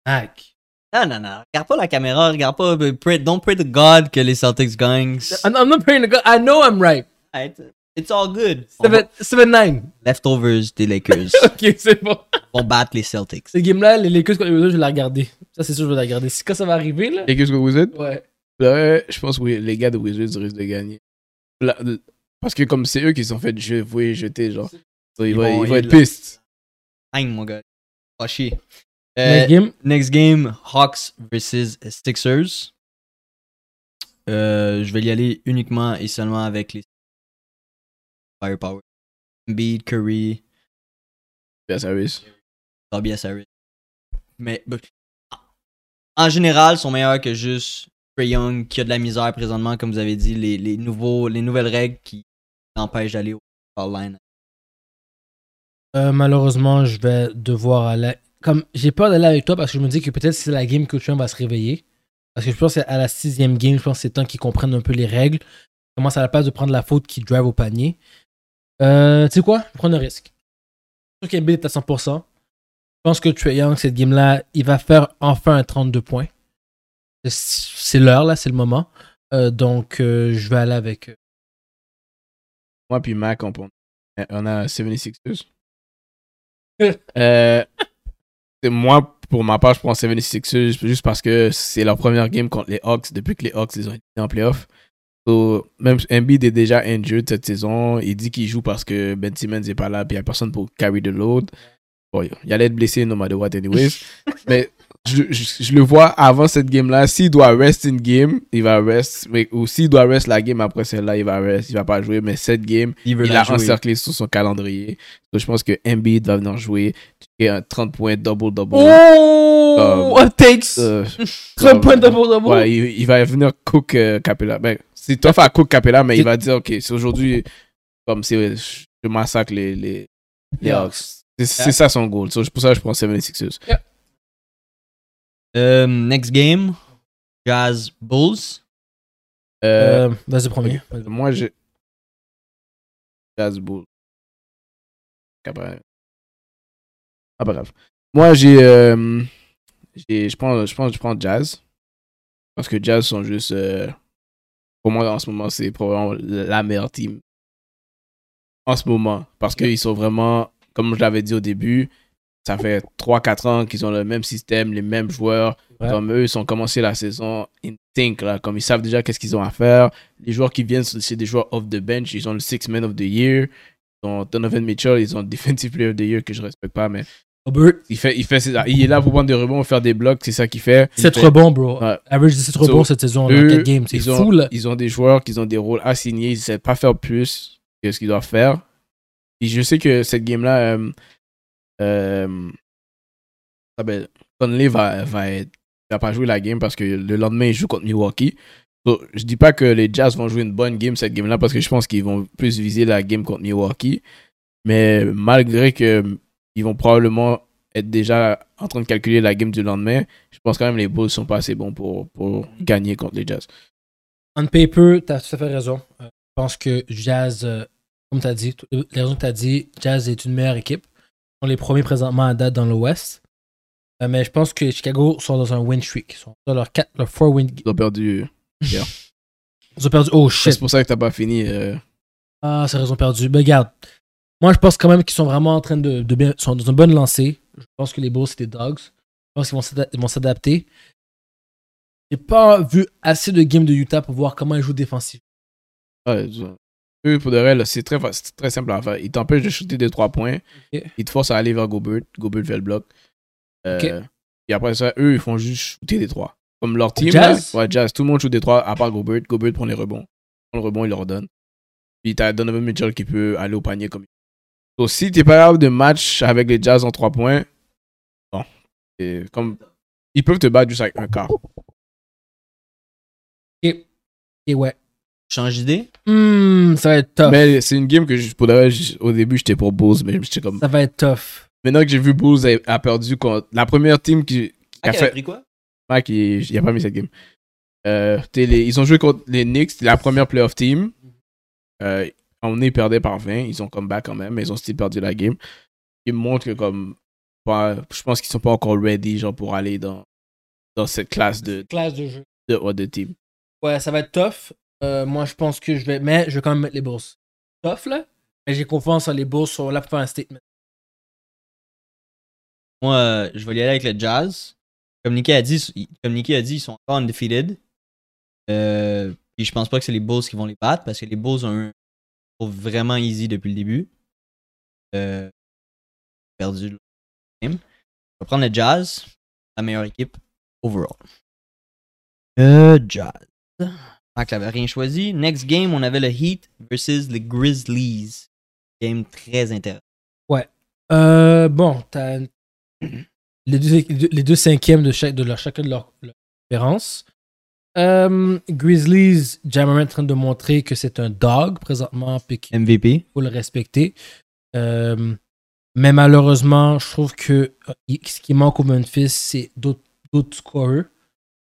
[SPEAKER 1] Hack.
[SPEAKER 2] Non, non, non. Regarde pas la caméra. Regarde pas. euh, pray- don't pray to God que les Celtics gagnent.
[SPEAKER 1] I'm I'm not praying to God. I know I'm right.
[SPEAKER 2] Alright, It's all good. On va-
[SPEAKER 1] 7-9.
[SPEAKER 2] Leftovers des Lakers
[SPEAKER 1] Ok, c'est bon.
[SPEAKER 2] vont battre les Celtics.
[SPEAKER 1] Cette game-là, les Lakers contre les Wizards, je vais la regarder. Ça, c'est sûr, je vais la regarder. Si quand ça va arriver, là.
[SPEAKER 3] Et qu'est-ce que vous êtes
[SPEAKER 1] Ouais.
[SPEAKER 3] Ouais, je pense que oui, les gars de Wizards risquent de gagner. La- la- parce que comme c'est eux qui se sont fait je- vouer et jeter, genre. So, ils,
[SPEAKER 2] Ils
[SPEAKER 3] vont,
[SPEAKER 2] vont-
[SPEAKER 3] ils vont
[SPEAKER 2] ils-
[SPEAKER 3] être pistes.
[SPEAKER 2] Aïe, mon gars. Pas chier.
[SPEAKER 1] La
[SPEAKER 2] Euh,
[SPEAKER 1] game,
[SPEAKER 2] Next game, Hawks versus Sixers. Euh, je vais y aller uniquement et seulement avec les Firepower. Embiid, Curry,
[SPEAKER 3] Bien service.
[SPEAKER 2] Tobias Harris. Mais bah, en général, sont meilleurs que juste Trey Young qui a de la misère présentement, comme vous avez dit, les, les nouveaux, les nouvelles règles qui l'empêchent d'aller au foul line.
[SPEAKER 1] euh, malheureusement, je vais devoir aller. Comme j'ai peur d'aller avec toi parce que je me dis que peut-être c'est la game que Trump va se réveiller. Parce que je pense qu'à la sixième game, je pense que c'est temps qu'ils comprennent un peu les règles. Ils commencent à la place de prendre la faute qui drive au panier. Euh, tu sais quoi? Je prends un risque. Je suis sûr qu'Embiid est à 100%. Je pense que Trae Young, cette game-là, il va faire enfin un 32 points. C'est c'est l'heure, là, c'est le moment. Euh, donc, euh, je vais aller avec euh,
[SPEAKER 3] Moi puis Mac, on, euh, on a 76ers. euh, c'est- moi, pour ma part, je prends 76ers juste parce que c'est leur première game contre les Hawks depuis que les Hawks les ont été en playoff. So, même Embiid est déjà injured cette saison. Il dit qu'il joue parce que Ben Simmons n'est pas là puis il n'y a personne pour carry the load. Bon, il allait être blessé no matter what anyways. Mais je, je- je le vois avant cette game-là. S'il doit rest une game, il va rest. Mais, ou s'il doit rest la game après celle-là, il va rest. Il va pas jouer. Mais cette game,
[SPEAKER 2] Il veut
[SPEAKER 3] il
[SPEAKER 2] la
[SPEAKER 3] a
[SPEAKER 2] jouer.
[SPEAKER 3] encerclé sur son calendrier. Donc, je pense que Embiid va venir jouer. Et un 30 points double-double.
[SPEAKER 1] Oh!
[SPEAKER 3] Euh,
[SPEAKER 1] Uptakes!
[SPEAKER 3] Euh,
[SPEAKER 1] 30 points d'amour d'amour!
[SPEAKER 3] ouais, il, il va venir cook euh, Capella. Ben, c'est tough à cook Capella, mais il va dire Ok, c'est aujourd'hui, comme c'est, je massacre les, les, les Hawks. C'est, c'est
[SPEAKER 2] Yeah.
[SPEAKER 3] ça son goal. So, pour ça, je prends 76ers.
[SPEAKER 2] Euh, next game, Jazz Bulls.
[SPEAKER 3] Euh,
[SPEAKER 1] Euh, vas-y, premier. Vas-y.
[SPEAKER 3] Moi, je. Jazz Bull. Après. Ah, pas grave. Moi, j'ai. euh, j'ai- je, prends, je, prends, je prends Jazz. Parce que Jazz sont juste. euh, pour moi, en ce moment, c'est probablement la meilleure team. En ce moment. Parce qu'ils sont vraiment. Comme je l'avais dit au début, ça fait 3-4 ans qu'ils ont le même système, les mêmes joueurs.
[SPEAKER 1] Ouais.
[SPEAKER 3] Comme eux, ils ont commencé la saison in sync, là, comme ils savent déjà qu'est-ce qu'ils ont à faire. Les joueurs qui viennent, c'est c'est des joueurs off the bench. Ils ont le Six Man of the Year. Ils ont Donovan Mitchell. Ils ont Defensive Player of the Year que je respecte pas, mais
[SPEAKER 1] Robert,
[SPEAKER 3] il, fait, il, fait, ses- il est là pour prendre des rebonds, faire des blocs, c'est ça qu'il fait. Il
[SPEAKER 1] 7
[SPEAKER 3] fait-
[SPEAKER 1] rebonds, bro.
[SPEAKER 3] Ouais.
[SPEAKER 1] Average de 7
[SPEAKER 3] So,
[SPEAKER 1] rebonds cette saison
[SPEAKER 3] eux,
[SPEAKER 1] dans 4 games. C'est
[SPEAKER 3] ils ont-
[SPEAKER 1] fou, là.
[SPEAKER 3] Ils ont des joueurs qui ont des rôles assignés, ils ne savent pas faire plus que ce qu'ils doivent faire. Et je sais que cette game-là, euh, euh, ça s'appelle- Conley va, va, être- va pas jouer la game parce que le lendemain, il joue contre Milwaukee. So, je dis pas que les Jazz vont jouer une bonne game cette game-là parce que je pense qu'ils vont plus viser la game contre Milwaukee. Mais malgré que ils vont probablement être déjà en train de calculer la game du lendemain, je pense quand même que les Bulls sont pas assez bons pour, pour gagner contre les Jazz.
[SPEAKER 1] On paper, t'as tout à fait raison. Euh, je pense que Jazz, euh, comme t'as dit, tout- les raisons que t'as dit, Jazz est une meilleure équipe. Ils sont les premiers présentement à date dans l'Ouest. Euh, mais je pense que Chicago sont dans un win streak. Ils sont dans leur 4, leur 4 win.
[SPEAKER 3] Ils ont perdu.
[SPEAKER 1] Ils ont perdu. Oh shit.
[SPEAKER 3] C'est pour ça que t'as pas fini. euh,
[SPEAKER 1] Ah, c'est raison perdue. Mais regarde, moi je pense quand même qu'ils sont vraiment en train de, de bien. sont dans une bonne lancée. Je pense que les Bulls c'est des dogs. Je pense qu'ils vont s'ada- ils vont s'adapter. J'ai pas vu assez de games de Utah pour voir comment ils jouent défensif.
[SPEAKER 3] ouais, je- eux, pour de vrai, là, c'est très, fa- c'est très simple à faire. Ils t'empêchent de shooter des trois points.
[SPEAKER 1] Ok.
[SPEAKER 3] Ils te forcent à aller vers Gobert. Gobert fait le bloc. Euh,
[SPEAKER 1] Ok.
[SPEAKER 3] Et après ça, eux, ils font juste shooter des trois. Comme leur team.
[SPEAKER 1] Jazz?
[SPEAKER 3] là, ouais, Jazz. Tout le monde shoot des trois à part Gobert. Gobert prend les rebonds. Il prend le rebond, il leur donne. Puis t'as Donovan Mitchell qui peut aller au panier comme Donc si t'es pas capable de match avec les Jazz en trois points, bon. c'est Comme, ils peuvent te battre juste avec un quart.
[SPEAKER 1] Et, et ouais.
[SPEAKER 2] Change d'idée.
[SPEAKER 1] Hmm, ça va être tough.
[SPEAKER 3] Mais c'est une game que je, pour de vrai, je- au début j'étais pour Bulls, mais j'étais comme.
[SPEAKER 1] Ça va être tough.
[SPEAKER 3] Maintenant que j'ai vu Bulls a, a perdu contre la première team qui, qui a
[SPEAKER 2] Ah,
[SPEAKER 3] fait.
[SPEAKER 2] pris quoi
[SPEAKER 3] Mike, il, il a pas mis cette game. Euh, t'es les- ils ont joué contre les Knicks, c'était la première playoff team. Euh, on est perdait par 20, ils ont come back quand même, mais ils ont still perdu la game. Ils montrent que comme. pas- je pense qu'ils sont pas encore ready genre, pour aller dans, dans cette classe de,
[SPEAKER 1] Classe de jeu.
[SPEAKER 3] de, ouais, de team.
[SPEAKER 1] Ouais, ça va être tough. Euh, moi, je pense que je vais. Mais je vais quand même mettre les bourses. Tough, là. Mais j'ai confiance en les bourses sont là pour faire un statement.
[SPEAKER 2] Moi, euh, je vais y aller avec le Jazz. Comme Nicky a dit, ils- comme Nicky a dit ils sont encore undefeated. Euh, puis je pense pas que c'est les Bulls qui vont les battre parce que les Bulls ont eu un parcours vraiment easy depuis le début. Euh, perdu le game. Je vais prendre le Jazz, la meilleure équipe overall. Le Jazz. Marc n'avait rien choisi. Next game, on avait le Heat versus les Grizzlies. Game très intéressant.
[SPEAKER 1] Euh, bon, t'as les deux, les deux cinquièmes de, chaque, de leur, chacun de leurs leurs conférences. Euh, Grizzlies, Jamarant est en train de montrer que c'est un dog présentement, puis qu'il
[SPEAKER 2] MVP.
[SPEAKER 1] faut le respecter. Euh, mais malheureusement, je trouve que euh, il- ce qui manque au Memphis, c'est d'autres d'autres scorers,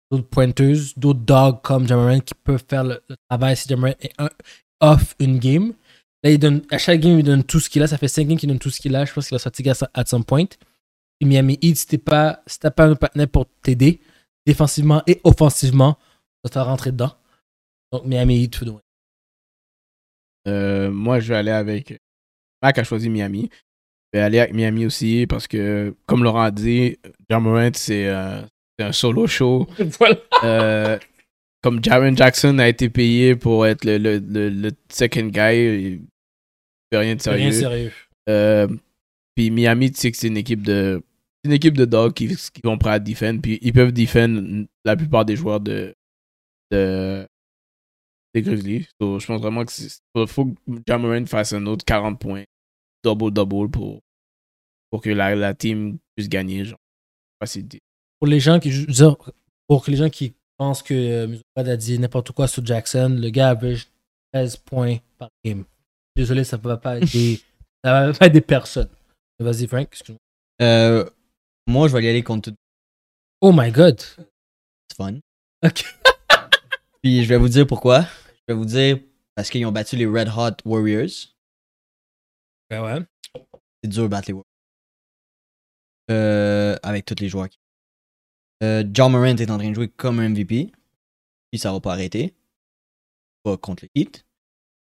[SPEAKER 1] d'autres pointeuses, d'autres dogs comme Jamarant qui peuvent faire le, le travail si Jamarant est un- off une game. Là, il donne, à chaque game, il donne tout ce qu'il a. Ça fait 5 games qu'il donne tout ce qu'il a. Je pense qu'il va se fatiguer à, sa- at some point. Et Miami Heat, si t'es pas, si t'as pas un partenaire pour t'aider, défensivement et offensivement, ça te faire rentrer dedans. Donc Miami Heat, faut donner.
[SPEAKER 3] Euh, moi, je vais aller avec. Mac a choisi Miami. Je vais aller avec Miami aussi parce que, comme Laurent a dit, Jamorant, c'est euh, c'est un solo show.
[SPEAKER 1] voilà.
[SPEAKER 3] Euh, comme Jaron Jackson a été payé pour être le, le, le, le second guy, il fait rien de
[SPEAKER 1] C'est rien de
[SPEAKER 3] sérieux.
[SPEAKER 1] sérieux.
[SPEAKER 3] Euh, puis Miami, tu sais que c'est une équipe de. c'est une équipe de dogs qui, qui vont prêt à defend. Puis ils peuvent defend la plupart des joueurs de. de des Grizzlies. So, je pense vraiment que c'est- faut, faut que Jamoran fasse un autre 40 points. Double-double pour, pour que la, la team puisse gagner. Genre. Facile.
[SPEAKER 1] pour les gens qui je veux dire, pour que les gens qui pensent que euh, Musopad a dit n'importe quoi sur Jackson, le gars average 13 points par game. Désolé, ça ne va pas aider. ça va pas aider personne. Vas-y, Frank, excuse-moi.
[SPEAKER 2] Euh, moi, je vais y aller contre tout
[SPEAKER 1] Oh my god.
[SPEAKER 2] C'est fun.
[SPEAKER 1] Ok.
[SPEAKER 2] Puis je vais vous dire pourquoi. Je vais vous dire parce qu'ils ont battu les Red Hot Warriors.
[SPEAKER 1] Ben ouais.
[SPEAKER 2] C'est dur de battre les Warriors. Euh, avec tous les joueurs. qui- Euh, John Morant est en train de jouer comme un MVP. Puis ça va pas arrêter. Pas contre le Heat.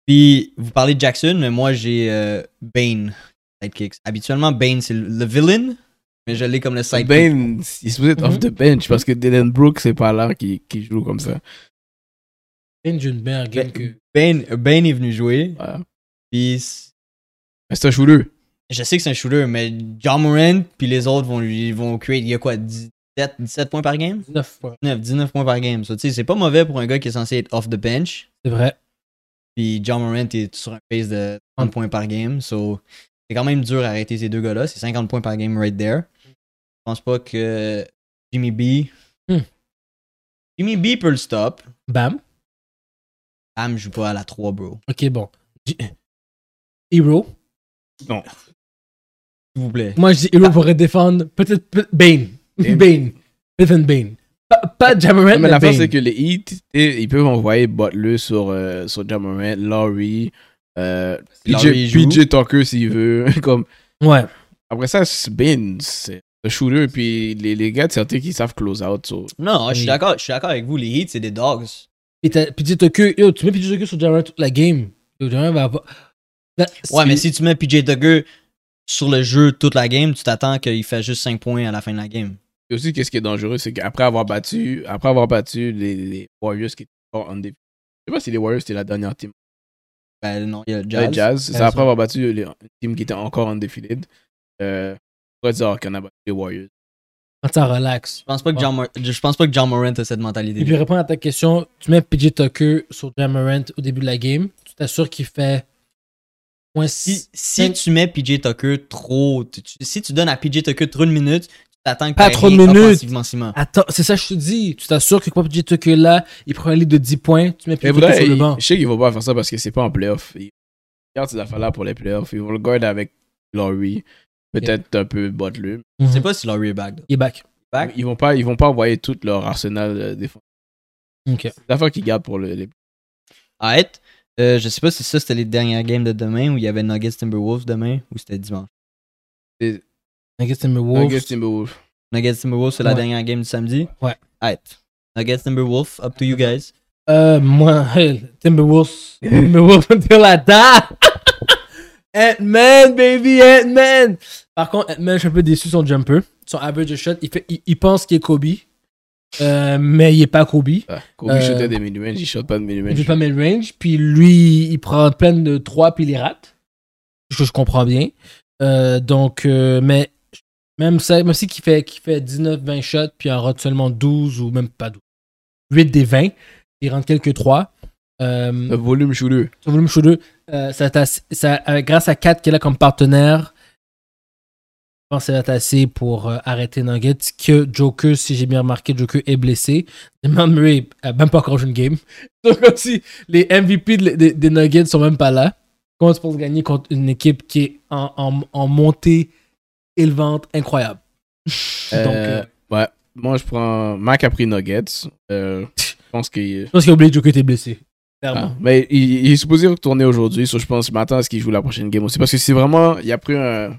[SPEAKER 2] Puis vous parlez de Jackson, mais moi j'ai euh, Bane. Sidekicks. Habituellement, Bane c'est le, le villain. Mais je l'ai comme le Mhm.
[SPEAKER 3] Bain,
[SPEAKER 2] 5
[SPEAKER 3] il est supposé être off the bench parce que Dylan Brooks, c'est pas l'air qui, qui joue comme ça.
[SPEAKER 1] Ben Junberg, game
[SPEAKER 3] euh,
[SPEAKER 1] que.
[SPEAKER 2] Bane, Bane est venu jouer.
[SPEAKER 3] Voilà.
[SPEAKER 2] Puis c-
[SPEAKER 3] Mais C'est un chouleux.
[SPEAKER 2] je sais que c'est un shooter, mais John Moran puis les autres vont lui vont create. Il y a quoi 17, 17 points par game
[SPEAKER 1] 19 points.
[SPEAKER 2] 19, 19 points par game. So, tu sais, c'est pas mauvais pour un gars qui est censé être off the bench.
[SPEAKER 1] C'est vrai.
[SPEAKER 2] Puis John Morant est sur un pace de 30 points par game. So, c'est quand même dur à arrêter ces deux gars-là. C'est 50 points par game right there. Je pense pas que Jimmy B.
[SPEAKER 1] Hmm.
[SPEAKER 2] Jimmy B peut le stop.
[SPEAKER 1] Bam.
[SPEAKER 2] Ham joue pas à la 3, bro.
[SPEAKER 1] Ok, bon. J- euh, Hero.
[SPEAKER 2] S'il vous plaît.
[SPEAKER 1] Moi, je dis Hero pourrait défendre peut-être peut- Bane.
[SPEAKER 3] Bah. Bane.
[SPEAKER 1] Bane. Stephen Bane. Pas, pas Jamarant,
[SPEAKER 3] Non, mais
[SPEAKER 1] mais
[SPEAKER 3] la
[SPEAKER 1] Bane.
[SPEAKER 3] force, c'est que les Heat, tu sais, ils peuvent envoyer Butler sur, euh, sur Jamorant, Laurie, euh,
[SPEAKER 2] Laurie
[SPEAKER 3] PJ,
[SPEAKER 2] joue.
[SPEAKER 3] PJ Tucker s'il veut. Comme,
[SPEAKER 1] Ouais.
[SPEAKER 3] après ça, c'est Bain, c'est un shooter. Puis les, les gars de certains qui savent close out. so-
[SPEAKER 2] Non, je suis
[SPEAKER 1] Oui.
[SPEAKER 2] d'accord, je suis d'accord avec vous. Les Heat, c'est des dogs.
[SPEAKER 1] Et t'as- puis dis que yo, tu mets Pidgey Tucker sur Jamarant toute la game. Yo, Jamarant va avoir. Là,
[SPEAKER 2] Ouais,
[SPEAKER 1] c'est-
[SPEAKER 2] mais si tu mets PJ Tucker sur le jeu toute la game, tu t'attends qu'il fasse juste 5 points à la fin de la game.
[SPEAKER 3] Et aussi, qu'est-ce qui est dangereux, c'est qu'après avoir battu, après avoir battu les, les Warriors qui étaient fort en début. Je sais pas si les Warriors étaient la dernière team.
[SPEAKER 2] Ben non, il y a le
[SPEAKER 3] Jazz.
[SPEAKER 2] Jazz.
[SPEAKER 3] Jazz. C'est
[SPEAKER 1] Jazz,
[SPEAKER 3] après
[SPEAKER 1] ouais.
[SPEAKER 3] avoir battu les team qui était encore en défilé. Euh, pas dire qu'on a battu les Warriors.
[SPEAKER 1] Quand ça relaxe.
[SPEAKER 2] Je pense pas que John, Mor- je pense pas que John Morant a cette mentalité.
[SPEAKER 1] Et puis répondre à ta question, tu mets PJ Tucker sur Jamarant au début de la game, tu t'assures qu'il fait moins
[SPEAKER 2] Si,
[SPEAKER 1] 6.
[SPEAKER 2] si tu mets PJ Tucker trop, tu- tu- si tu donnes à PJ Tucker trop de minutes, tu t'attends que
[SPEAKER 1] Pas
[SPEAKER 2] t'aies
[SPEAKER 1] trop de
[SPEAKER 2] rien
[SPEAKER 1] minutes.
[SPEAKER 2] offensivement, Simon.
[SPEAKER 1] Attends, c'est ça que je te dis. Tu t'assures que quand PJ Tucker est là, il prend un lead de 10 points, tu mets
[SPEAKER 3] Mais
[SPEAKER 1] PJ Tucker
[SPEAKER 3] vrai,
[SPEAKER 1] sur le
[SPEAKER 3] ils-
[SPEAKER 1] banc.
[SPEAKER 3] je sais qu'ils vont pas faire ça parce que c'est pas en playoff. Ils gardent ces affaires-là pour les playoffs. Ils vont le garder avec Laurie. Peut-être un peu Butler.
[SPEAKER 2] Je sais
[SPEAKER 1] Mhm.
[SPEAKER 2] pas si Laurie est back. là.
[SPEAKER 1] Il est back.
[SPEAKER 2] Back?
[SPEAKER 3] Ils vont pas, ils vont pas envoyer tout leur arsenal euh, défensif.
[SPEAKER 1] Ok.
[SPEAKER 3] C'est l'affaire qu'ils gardent pour le- les.
[SPEAKER 2] Alright. Euh, je sais pas si ça c'était les dernières games de demain ou il y avait Nuggets Timberwolves demain ou c'était dimanche.
[SPEAKER 1] Nuggets Timberwolves.
[SPEAKER 3] Nuggets, Timberwolves.
[SPEAKER 2] Nuggets Timberwolves c'est la
[SPEAKER 1] Ouais.
[SPEAKER 2] dernière game du samedi.
[SPEAKER 1] Ouais.
[SPEAKER 2] Alright. Nuggets Timberwolves, up to you guys.
[SPEAKER 1] Euh, moi, hell, Timberwolves. Timberwolves until I die. Ant-Man, baby, Ant-Man. Par contre, Ant-Man, je suis un peu déçu son jumper. Son average shot, il, fait, il, il pense qu'il est Kobe, euh, mais il est pas Kobe.
[SPEAKER 3] Ah, Kobe
[SPEAKER 1] Euh,
[SPEAKER 3] shootait des mid-range, ils shootent pas de
[SPEAKER 1] Il fait
[SPEAKER 3] mid-range.
[SPEAKER 1] pas mid range, puis lui, il prend plein de trois puis il les rate. Ce que je comprends bien. Euh, donc, euh, mais même, ça, même si qu'il fait, qu'il fait 19-20 shots, puis il en rate seulement 12 ou même pas 12, 8 des 20, il rentre quelques Euh, 3.
[SPEAKER 3] Le volume shooteux.
[SPEAKER 1] Sur Volume Show 2, euh, ça t'a- ça- avec- grâce à Kat qui est là comme partenaire, je pense que ça va être assez pour euh, arrêter Nugget. Que Joker, si j'ai bien remarqué, Joker est blessé. Jamal Murray a même pas encore joué une game. Donc, comme si les MVP de- de- des Nuggets sont même pas là. Comment tu penses gagner contre une équipe qui est en, en- en montée élevante incroyable? Donc,
[SPEAKER 3] Euh,
[SPEAKER 1] euh,
[SPEAKER 3] Ouais. Moi, je prends. Mac a pris Nuggets. Euh, je pense qu'il.
[SPEAKER 1] je pense qu'il a oublié que Joker était blessé.
[SPEAKER 3] Ah,
[SPEAKER 1] Clairement.
[SPEAKER 3] mais il, il est supposé retourner aujourd'hui, so je pense que je m'attends à ce qu'il joue la prochaine game aussi. Parce que c'est vraiment. Il a pris un,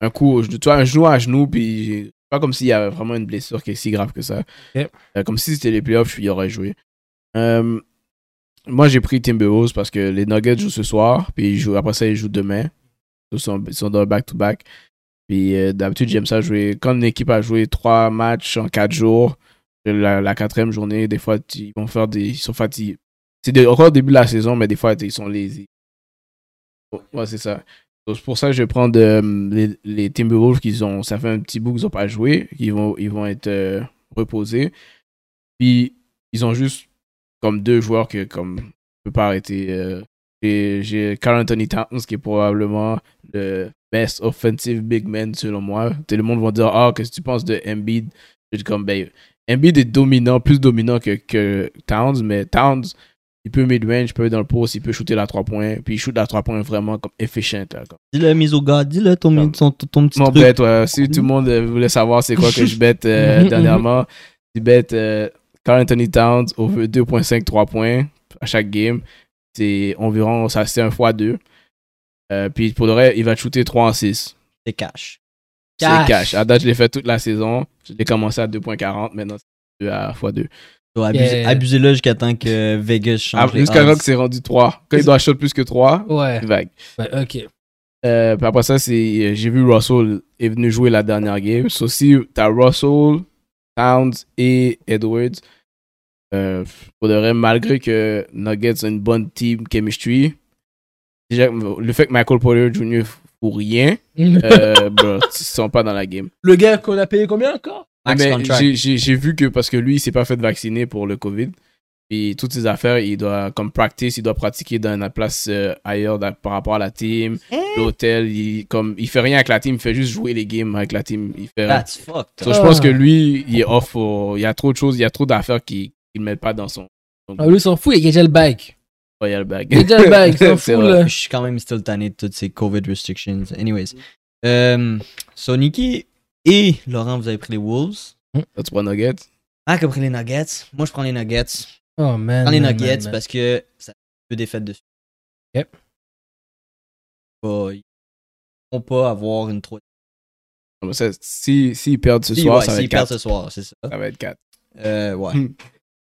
[SPEAKER 3] un coup au genou. Tu vois, un genou à genou, puis j'ai- pas comme s'il y avait vraiment une blessure qui est si grave que ça.
[SPEAKER 1] Ok.
[SPEAKER 3] Euh, comme si c'était les playoffs, il aurait joué. Euh, moi, j'ai pris Timberwolves parce que les Nuggets jouent ce soir, puis ils jouent- après ça, ils jouent demain. Ils sont, ils sont dans le back-to-back. Puis euh, d'habitude, j'aime ça jouer. Quand une équipe a joué trois matchs en quatre jours, la, la quatrième journée, des fois, tu- ils vont faire des. Ils sont fatigués. C'est des- encore au début de la saison, mais des fois, ils sont lazy. Bon, Ouais, c'est ça. Donc, c'est pour ça que je vais prendre euh, les, les Timberwolves qui ont. Ça fait un petit bout qu'ils n'ont pas joué. Ils vont, ils vont être euh, reposés. Puis, ils ont juste comme deux joueurs que comme je peux pas arrêter. euh, j'ai- J'ai Carl Anthony Towns qui est probablement le best offensive big man selon moi. Tout le monde va dire Ah, qu'est-ce que tu penses de Embiid Je dis comme ben, Embiid est dominant, plus dominant que, que Towns, mais Towns, il peut mid-range, il peut dans le post, il peut shooter la 3 points, puis il shoot la 3 points vraiment comme efficient. là, comme.
[SPEAKER 2] Dis-le, mise au gars, dis-le ton,
[SPEAKER 3] Comme-
[SPEAKER 2] ton, ton, ton petit
[SPEAKER 3] Mon
[SPEAKER 2] truc.
[SPEAKER 3] bet, ouais, si tout le monde euh, voulait savoir c'est quoi que je bête euh,
[SPEAKER 1] Mhm,
[SPEAKER 3] dernièrement, je bête euh, Karl Anthony Towns over 2.5 3 points à chaque game. C'est environ, ça c'est un fois 2. puis pour le reste, il va te shooter 3 en 6.
[SPEAKER 2] C'est cash.
[SPEAKER 3] C'est
[SPEAKER 1] Cash.
[SPEAKER 3] cash. À date, je l'ai fait toute la saison. Je l'ai commencé à 2.40, maintenant c'est 2 à x2.
[SPEAKER 2] So, abuse-
[SPEAKER 1] Yeah.
[SPEAKER 2] Abusez-le jusqu'à temps que Vegas change. les
[SPEAKER 3] Ah, Jusqu'à
[SPEAKER 2] odds.
[SPEAKER 1] Ah.
[SPEAKER 3] quand que c'est rendu 3. Quand il doit shooter plus que 3,
[SPEAKER 1] Ouais.
[SPEAKER 3] vague.
[SPEAKER 1] Ouais, ok.
[SPEAKER 3] Euh, puis après ça, c'est euh, j'ai vu Russell est venu jouer la dernière game. So, si t'as Russell, Towns et Edwards, euh, faudrait, malgré que Nuggets a une bonne team chemistry, déjà, le fait que Michael Porter Jr. pour rien, euh, bro, ils sont pas dans la game.
[SPEAKER 1] Le gars qu'on a payé combien encore
[SPEAKER 2] Max
[SPEAKER 3] Mais
[SPEAKER 2] contract.
[SPEAKER 3] j'ai- j'ai j'ai vu que parce que lui, il s'est pas fait vacciner pour le COVID. Puis toutes ses affaires, il doit, comme practice, il doit pratiquer dans la place euh, ailleurs dans- par rapport à la team. L'hôtel, il, comme, il fait rien avec la team, il fait juste jouer les games avec la team. Il fait,
[SPEAKER 2] That's fucked.
[SPEAKER 3] So, je pense que lui, il est off. au- il y a trop de choses, il y a trop d'affaires qu'il ne met pas dans son
[SPEAKER 1] Ah, lui, il s'en fout, il y a déjà le bag.
[SPEAKER 3] royal bag.
[SPEAKER 1] Il y a déjà le bag, il s'en
[SPEAKER 3] C'est
[SPEAKER 1] fout,
[SPEAKER 3] vrai.
[SPEAKER 1] là.
[SPEAKER 2] Je suis quand même still tanné de toutes ces COVID restrictions. Anyways. Euh, so, Nicky et Laurent, vous avez pris les Wolves.
[SPEAKER 3] Toi, Tu prends Nugget.
[SPEAKER 2] Ah, qui a pris les Nuggets. Moi, je prends les Nuggets.
[SPEAKER 1] Oh, man.
[SPEAKER 2] prends les
[SPEAKER 1] man,
[SPEAKER 2] Nuggets
[SPEAKER 1] man, man.
[SPEAKER 2] parce que ça fait deux défaites dessus.
[SPEAKER 1] Yep.
[SPEAKER 2] Bah, ils ne vont pas avoir une troisième.
[SPEAKER 3] Comme ça, si, s'ils perdent ce
[SPEAKER 2] Si,
[SPEAKER 3] soir,
[SPEAKER 2] ouais,
[SPEAKER 3] ça, va
[SPEAKER 2] s'ils
[SPEAKER 3] être
[SPEAKER 2] perdent
[SPEAKER 3] quatre.
[SPEAKER 2] ce soir, c'est ça.
[SPEAKER 3] ça va être 4.
[SPEAKER 2] Euh, ouais.
[SPEAKER 3] Hmm.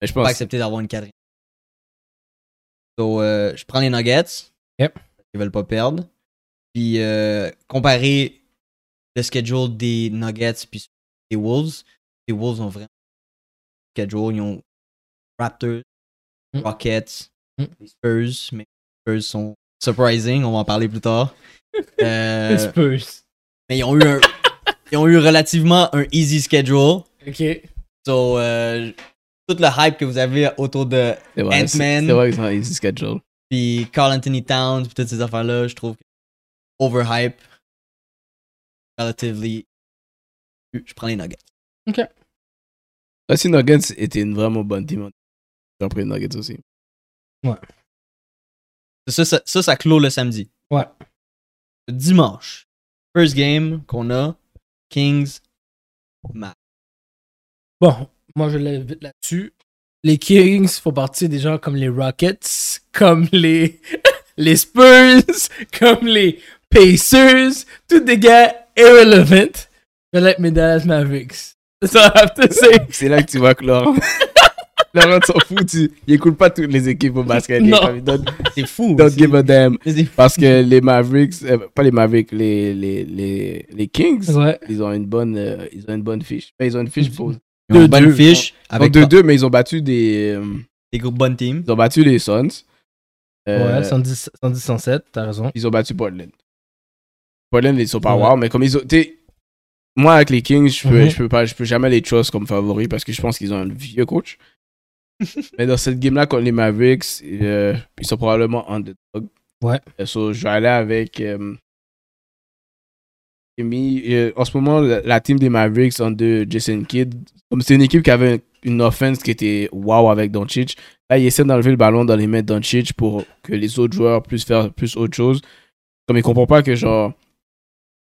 [SPEAKER 3] Je
[SPEAKER 2] pas
[SPEAKER 3] pense.
[SPEAKER 2] accepter d'avoir une quatrième. So, euh, je prends les Nuggets.
[SPEAKER 1] Yep.
[SPEAKER 2] Ils veulent pas perdre. Puis, euh, comparer le schedule des Nuggets puis des Wolves, les Wolves ont vraiment un schedule. Ils ont Raptors,
[SPEAKER 1] Mm.
[SPEAKER 2] Rockets,
[SPEAKER 1] Mm.
[SPEAKER 2] les Spurs, mais les Spurs sont surprising, on va en parler plus tard. Euh,
[SPEAKER 1] Les Spurs.
[SPEAKER 2] mais ils ont eu un, ils ont eu relativement un easy schedule.
[SPEAKER 1] Ok.
[SPEAKER 2] So, euh, tout le hype que vous avez autour de
[SPEAKER 3] C'est vrai, c'est-
[SPEAKER 2] Ant-Man.
[SPEAKER 3] c'est vrai qu'ils sont dans easy schedule.
[SPEAKER 2] puis Carl Anthony Towns, puis toutes ces affaires-là, je trouve que overhype, relatively, je prends les Nuggets.
[SPEAKER 3] Là, si Nuggets était une vraiment bonne team, j'aurais pris les Nuggets aussi.
[SPEAKER 2] Ça, ça, ça, ça clôt le samedi.
[SPEAKER 1] Ouais.
[SPEAKER 2] Le Dimanche, first game qu'on a, Kings, Mac.
[SPEAKER 1] Bon, moi, je l'ai vite là-dessus. Les Kings font partie des gens comme les Rockets, comme les, les Spurs, comme les Pacers. Tous des gars irrelevant. Je vais être mes Dallas Mavericks. That's all I have to say.
[SPEAKER 3] C'est là que tu vois que Laurent. Laurent s'en fout, tu- il écoute pas toutes les équipes au basket. il est
[SPEAKER 1] Non.
[SPEAKER 3] comme, don't,
[SPEAKER 2] C'est fou.
[SPEAKER 3] don't
[SPEAKER 2] c'est-
[SPEAKER 3] give a damn.
[SPEAKER 2] c'est-
[SPEAKER 3] Parce que les Mavericks, euh, pas les Mavericks, les, les, les, les Kings,
[SPEAKER 1] Ouais.
[SPEAKER 3] ils, ont une bonne, euh, ils ont une bonne fiche. Enfin, ils ont une fiche pour. Ils
[SPEAKER 2] Ils ont une bonne
[SPEAKER 1] Deux-deux.
[SPEAKER 2] fiche
[SPEAKER 3] ont
[SPEAKER 2] avec
[SPEAKER 3] 2-2, mais ils ont battu des. euh,
[SPEAKER 2] des groupes bonnes teams.
[SPEAKER 3] ils ont battu les Suns. Euh,
[SPEAKER 1] Ouais, 110, 110 107, t'as raison.
[SPEAKER 3] Ils ont battu Portland. Portland, ils sont pas
[SPEAKER 1] Ouais.
[SPEAKER 3] wow, mais comme ils ont. t'sais, moi, avec les Kings, je peux,
[SPEAKER 1] Mhm.
[SPEAKER 3] je peux, pas- je peux jamais les choses comme favoris parce que je pense qu'ils ont un vieux coach. mais dans cette game-là, contre les Mavericks, euh, ils sont probablement underdog.
[SPEAKER 1] Ouais.
[SPEAKER 3] Euh, so, je vais aller avec. euh, Jimmy. Euh, en ce moment, la, la team des Mavericks en de Jason Kidd. Comme c'est une équipe qui avait une, une offense qui était wow avec Doncic. Là, ils essaient d'enlever le ballon dans les mains de Doncic pour que les autres joueurs puissent faire plus autre chose comme il comprend pas que genre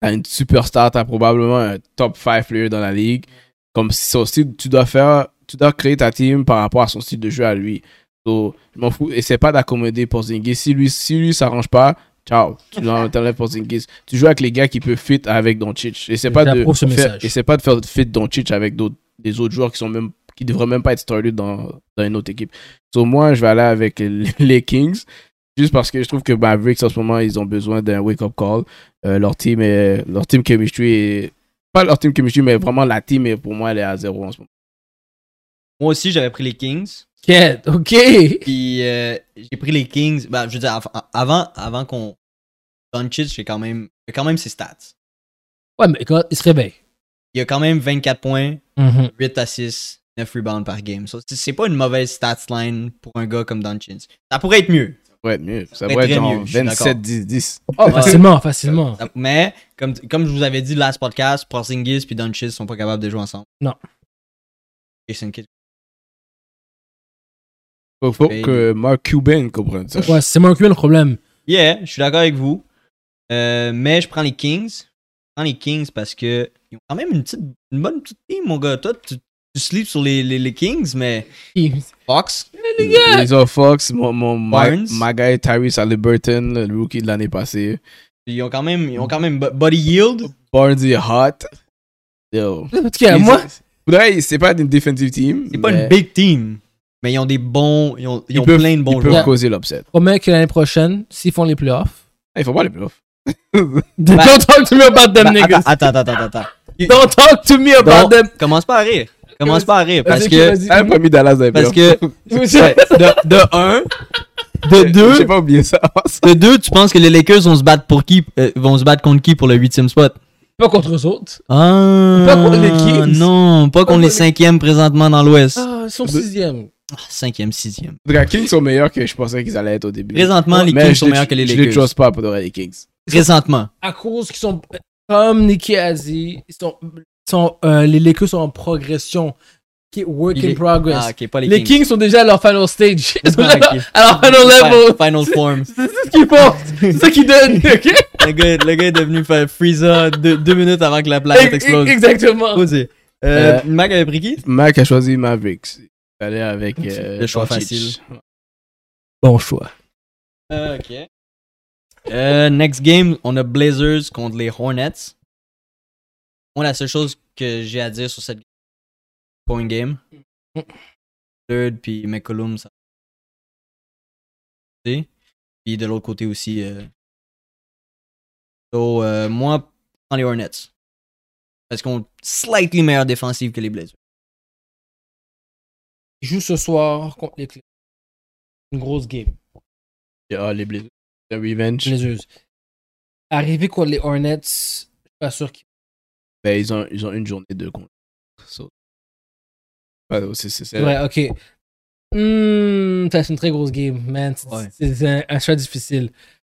[SPEAKER 3] t'as une superstar, t'as probablement un top 5 player dans la ligue. Comme si son style, tu dois faire, tu dois créer ta team par rapport à son style de jeu à lui. So, je m'en fous, essaie pas d'accommoder Porzingis. Si lui, si lui s'arrange pas, ciao, tu l'en- t'enlèves Porzingis. Tu joues avec les gars qui peuvent fit avec Doncic. Essaie pas de
[SPEAKER 1] J'approuve ce
[SPEAKER 3] faire,
[SPEAKER 1] message.
[SPEAKER 3] essaie pas de faire fit Doncic avec d'autres, des autres joueurs qui sont même, qui devraient même pas être started dans, dans une autre équipe. So, moi, je vais aller avec les Kings. Juste parce que je trouve que Mavericks en ce moment, ils ont besoin d'un wake-up call. Euh, leur team est, leur team chemistry est, pas leur team chemistry, mais vraiment la team est, pour moi, elle est à zéro en ce moment.
[SPEAKER 2] Moi aussi, j'avais pris les Kings.
[SPEAKER 1] Quête, ok.
[SPEAKER 2] Puis euh, j'ai pris les Kings. Ben, je veux dire, av- avant, avant qu'on. Doncic, j'ai quand même, j'ai quand même ses stats.
[SPEAKER 1] Ouais, mais quand il se réveille.
[SPEAKER 2] Il a quand même 24 points,
[SPEAKER 1] Mhm.
[SPEAKER 2] 8 assists, 9 rebounds par game. So, c'est- c'est pas une mauvaise stats line pour un gars comme Doncic. Ça pourrait être mieux.
[SPEAKER 3] Ça pourrait être mieux. Ça
[SPEAKER 2] Très,
[SPEAKER 3] pourrait être
[SPEAKER 2] très
[SPEAKER 3] genre
[SPEAKER 2] mieux, je suis d'accord.
[SPEAKER 3] 27, 10, 10.
[SPEAKER 1] Oh, facilement, facilement.
[SPEAKER 2] Ça- Mais, comme, comme je vous avais dit last podcast, Porzingis puis Doncic sont pas capables de jouer ensemble.
[SPEAKER 1] Non.
[SPEAKER 2] Jason Kidd.
[SPEAKER 3] Faut, faut
[SPEAKER 2] Mais-
[SPEAKER 3] que Mark Cuban comprenne ça.
[SPEAKER 1] Ouais, c'est moins que le problème.
[SPEAKER 2] Yeah, je suis d'accord avec vous. Euh, mais je prends les Kings. Je prends les Kings parce que ils ont quand même une, petite, une bonne petite team, mon gars. Toi, tu, tu sleeps sur les, les, les Kings, mais Fox,
[SPEAKER 3] Les All Fox, mon, mon, ma,
[SPEAKER 2] Barnes.
[SPEAKER 3] ma guy Tyrese Halliburton, le rookie de l'année passée.
[SPEAKER 2] ils ont quand même, ils ont quand même Buddy Yield.
[SPEAKER 3] Barnes est hot. Yo.
[SPEAKER 1] En tout cas,
[SPEAKER 3] Ils-
[SPEAKER 1] moi,
[SPEAKER 3] Pour de vrai, c'est pas une defensive team.
[SPEAKER 2] C'est pas
[SPEAKER 3] mais
[SPEAKER 2] une big team, mais ils ont des bons, ils ont, ils
[SPEAKER 3] Ils
[SPEAKER 2] ont
[SPEAKER 3] peuvent-
[SPEAKER 2] plein de bons
[SPEAKER 3] Ils peuvent
[SPEAKER 2] joueurs.
[SPEAKER 3] causer l'upset.
[SPEAKER 1] je promets que l'année prochaine, s'ils font les playoffs,
[SPEAKER 3] Ah, Il faut voir les playoffs.
[SPEAKER 1] Don't talk to me about them
[SPEAKER 2] Ben,
[SPEAKER 1] niggas.
[SPEAKER 2] attends, attends, attends, attends.
[SPEAKER 1] Don't talk to me about
[SPEAKER 2] Donc,
[SPEAKER 1] them.
[SPEAKER 2] commence pas à rire. Commence pas à rire parce
[SPEAKER 3] Vas-y,
[SPEAKER 2] que.
[SPEAKER 3] vas-y. Ah, pas mis Dallas dans les
[SPEAKER 2] Parce
[SPEAKER 3] playoffs.
[SPEAKER 2] que. ouais, de, de un. De
[SPEAKER 3] J'ai
[SPEAKER 2] deux.
[SPEAKER 3] pas oublié ça.
[SPEAKER 2] De deux, tu penses que les Lakers vont se battre pour qui euh, Vont se battre contre qui pour le huitième spot
[SPEAKER 1] Pas contre eux autres.
[SPEAKER 2] Ah.
[SPEAKER 1] Pas contre les Kings.
[SPEAKER 2] Non, pas contre les
[SPEAKER 1] contre
[SPEAKER 2] cinquièmes présentement dans l'Ouest.
[SPEAKER 1] Ah, ils sont sixième.
[SPEAKER 2] Ah, Cinquième, sixième.
[SPEAKER 3] Les Kings sont meilleurs que je pensais qu'ils allaient être au début.
[SPEAKER 2] Présentement, les
[SPEAKER 3] Mais
[SPEAKER 2] Kings
[SPEAKER 3] je
[SPEAKER 2] sont
[SPEAKER 3] les-
[SPEAKER 2] meilleurs que les
[SPEAKER 3] Je les
[SPEAKER 2] Lakers.
[SPEAKER 3] chose pas pour de vrai, les Kings.
[SPEAKER 2] Présentement.
[SPEAKER 1] À cause qu'ils sont. Comme Nicky a dit, ils sont, ils sont, euh, les Lakers sont en progression. Qui- Work
[SPEAKER 2] Il
[SPEAKER 1] in
[SPEAKER 2] est-
[SPEAKER 1] progress.
[SPEAKER 2] Ah, ok, pas les,
[SPEAKER 1] les, Kings. sont déjà à leur final stage. Ils sont déjà
[SPEAKER 2] Ah, ok.
[SPEAKER 1] à leur final level.
[SPEAKER 2] Fi- Final form.
[SPEAKER 1] C'est ce qu'ils font. C'est ce qu'ils donnent. ok?
[SPEAKER 2] le, gars, le gars est devenu fa- Freeza deux, deux minutes avant que la planète explose.
[SPEAKER 1] Exactement.
[SPEAKER 2] Vas-y. Euh,
[SPEAKER 3] Euh,
[SPEAKER 2] Mac avait pris qui
[SPEAKER 3] Mac a choisi Mavericks. Il allait avec. euh,
[SPEAKER 2] Le choix
[SPEAKER 3] Doncic.
[SPEAKER 2] facile.
[SPEAKER 1] Bon choix.
[SPEAKER 2] euh, Ok. Euh, next game, on a Blazers contre les Hornets. Moi, la seule chose que j'ai à dire sur cette game, point game. Third, puis McCollum, ça. Puis de l'autre côté aussi. Euh... So, euh, moi, prends les Hornets. Parce qu'on slightly meilleure défensive que les Blazers.
[SPEAKER 1] Ils jouent ce soir contre les Clippers. Une grosse game.
[SPEAKER 3] Ah, les Blazers. Le Revenge.
[SPEAKER 1] Jésus. Arrivé contre les Hornets, je suis pas sûr qu'ils.
[SPEAKER 3] Ben, ils, ont, ils ont une journée de compte. So- Ah, non, c'est- c'est-
[SPEAKER 2] Euh.
[SPEAKER 3] c'est-
[SPEAKER 1] Ouais, ok. Hmm, ça, c'est une très grosse game, man. C'est-
[SPEAKER 2] Ouais.
[SPEAKER 1] C'est un, un choix difficile.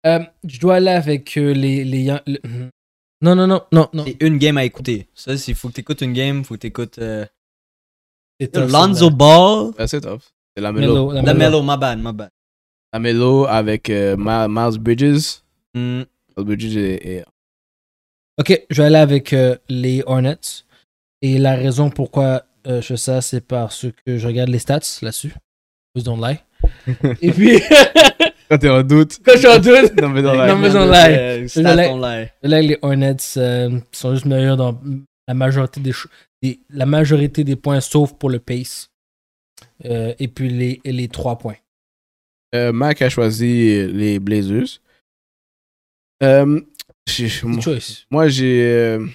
[SPEAKER 1] Euh, je dois aller avec euh, les. les Yan- le- hmm. Non, non, non, non, non.
[SPEAKER 2] C'est une game à écouter. Ça, il faut que t'écoutes une game, faut que t'écoutes. euh,
[SPEAKER 1] C'est tough,
[SPEAKER 2] Lonzo
[SPEAKER 1] celle-là.
[SPEAKER 2] Ball.
[SPEAKER 3] Ah, c'est tough. C'est la Melo.
[SPEAKER 1] Melo, la
[SPEAKER 2] La
[SPEAKER 1] Melo.
[SPEAKER 2] Melo, ma bad, ma bad.
[SPEAKER 3] La Melo avec euh, Ma- Miles Bridges.
[SPEAKER 2] Mm,
[SPEAKER 3] Miles Bridges est. est-
[SPEAKER 1] Ok, je vais aller avec euh, les Hornets. Et la raison pourquoi euh, je fais ça, c'est parce que je regarde les stats là-dessus. Please don't lie. Et puis,
[SPEAKER 3] Quand t'es en doute.
[SPEAKER 1] quand je suis en doute,
[SPEAKER 3] Non, mais dans
[SPEAKER 1] Non,
[SPEAKER 3] la.
[SPEAKER 1] mais-
[SPEAKER 2] man,
[SPEAKER 1] on lie.
[SPEAKER 2] euh, stats,
[SPEAKER 1] lie.
[SPEAKER 2] on lie.
[SPEAKER 1] là, les Hornets euh, sont juste meilleurs dans la majorité des, cho- des- la majorité des points, sauf pour le pace. Euh, et puis les, et les trois points.
[SPEAKER 3] Euh, Mac a choisi les Blazers. Euh, j'ai-
[SPEAKER 1] Good choice.
[SPEAKER 3] Moi, j'ai. euh,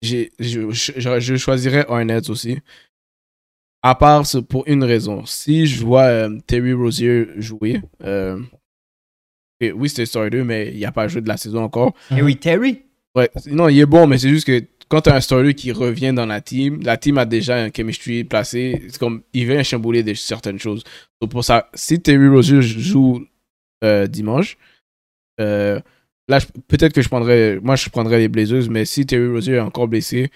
[SPEAKER 3] j'ai- je, je- je- je choisirais Hornets aussi. À part ce- pour une raison. Si je vois euh, Terry Rozier jouer, euh, et oui, c'est starter, mais il n'y a pas joué de la saison encore.
[SPEAKER 2] Harry
[SPEAKER 1] Uh-huh.
[SPEAKER 2] Terry?
[SPEAKER 3] Ouais, non, il est bon, mais c'est juste que quand tu as un starter qui revient dans la team, la team a déjà un chemistry placé. C'est comme, il vient chambouler des, certaines choses. Donc pour ça, si Terry Rozier joue euh, dimanche, euh, là, je- peut-être que je prendrais, moi, je prendrais les Blazers, mais si Terry Rozier est encore blessé,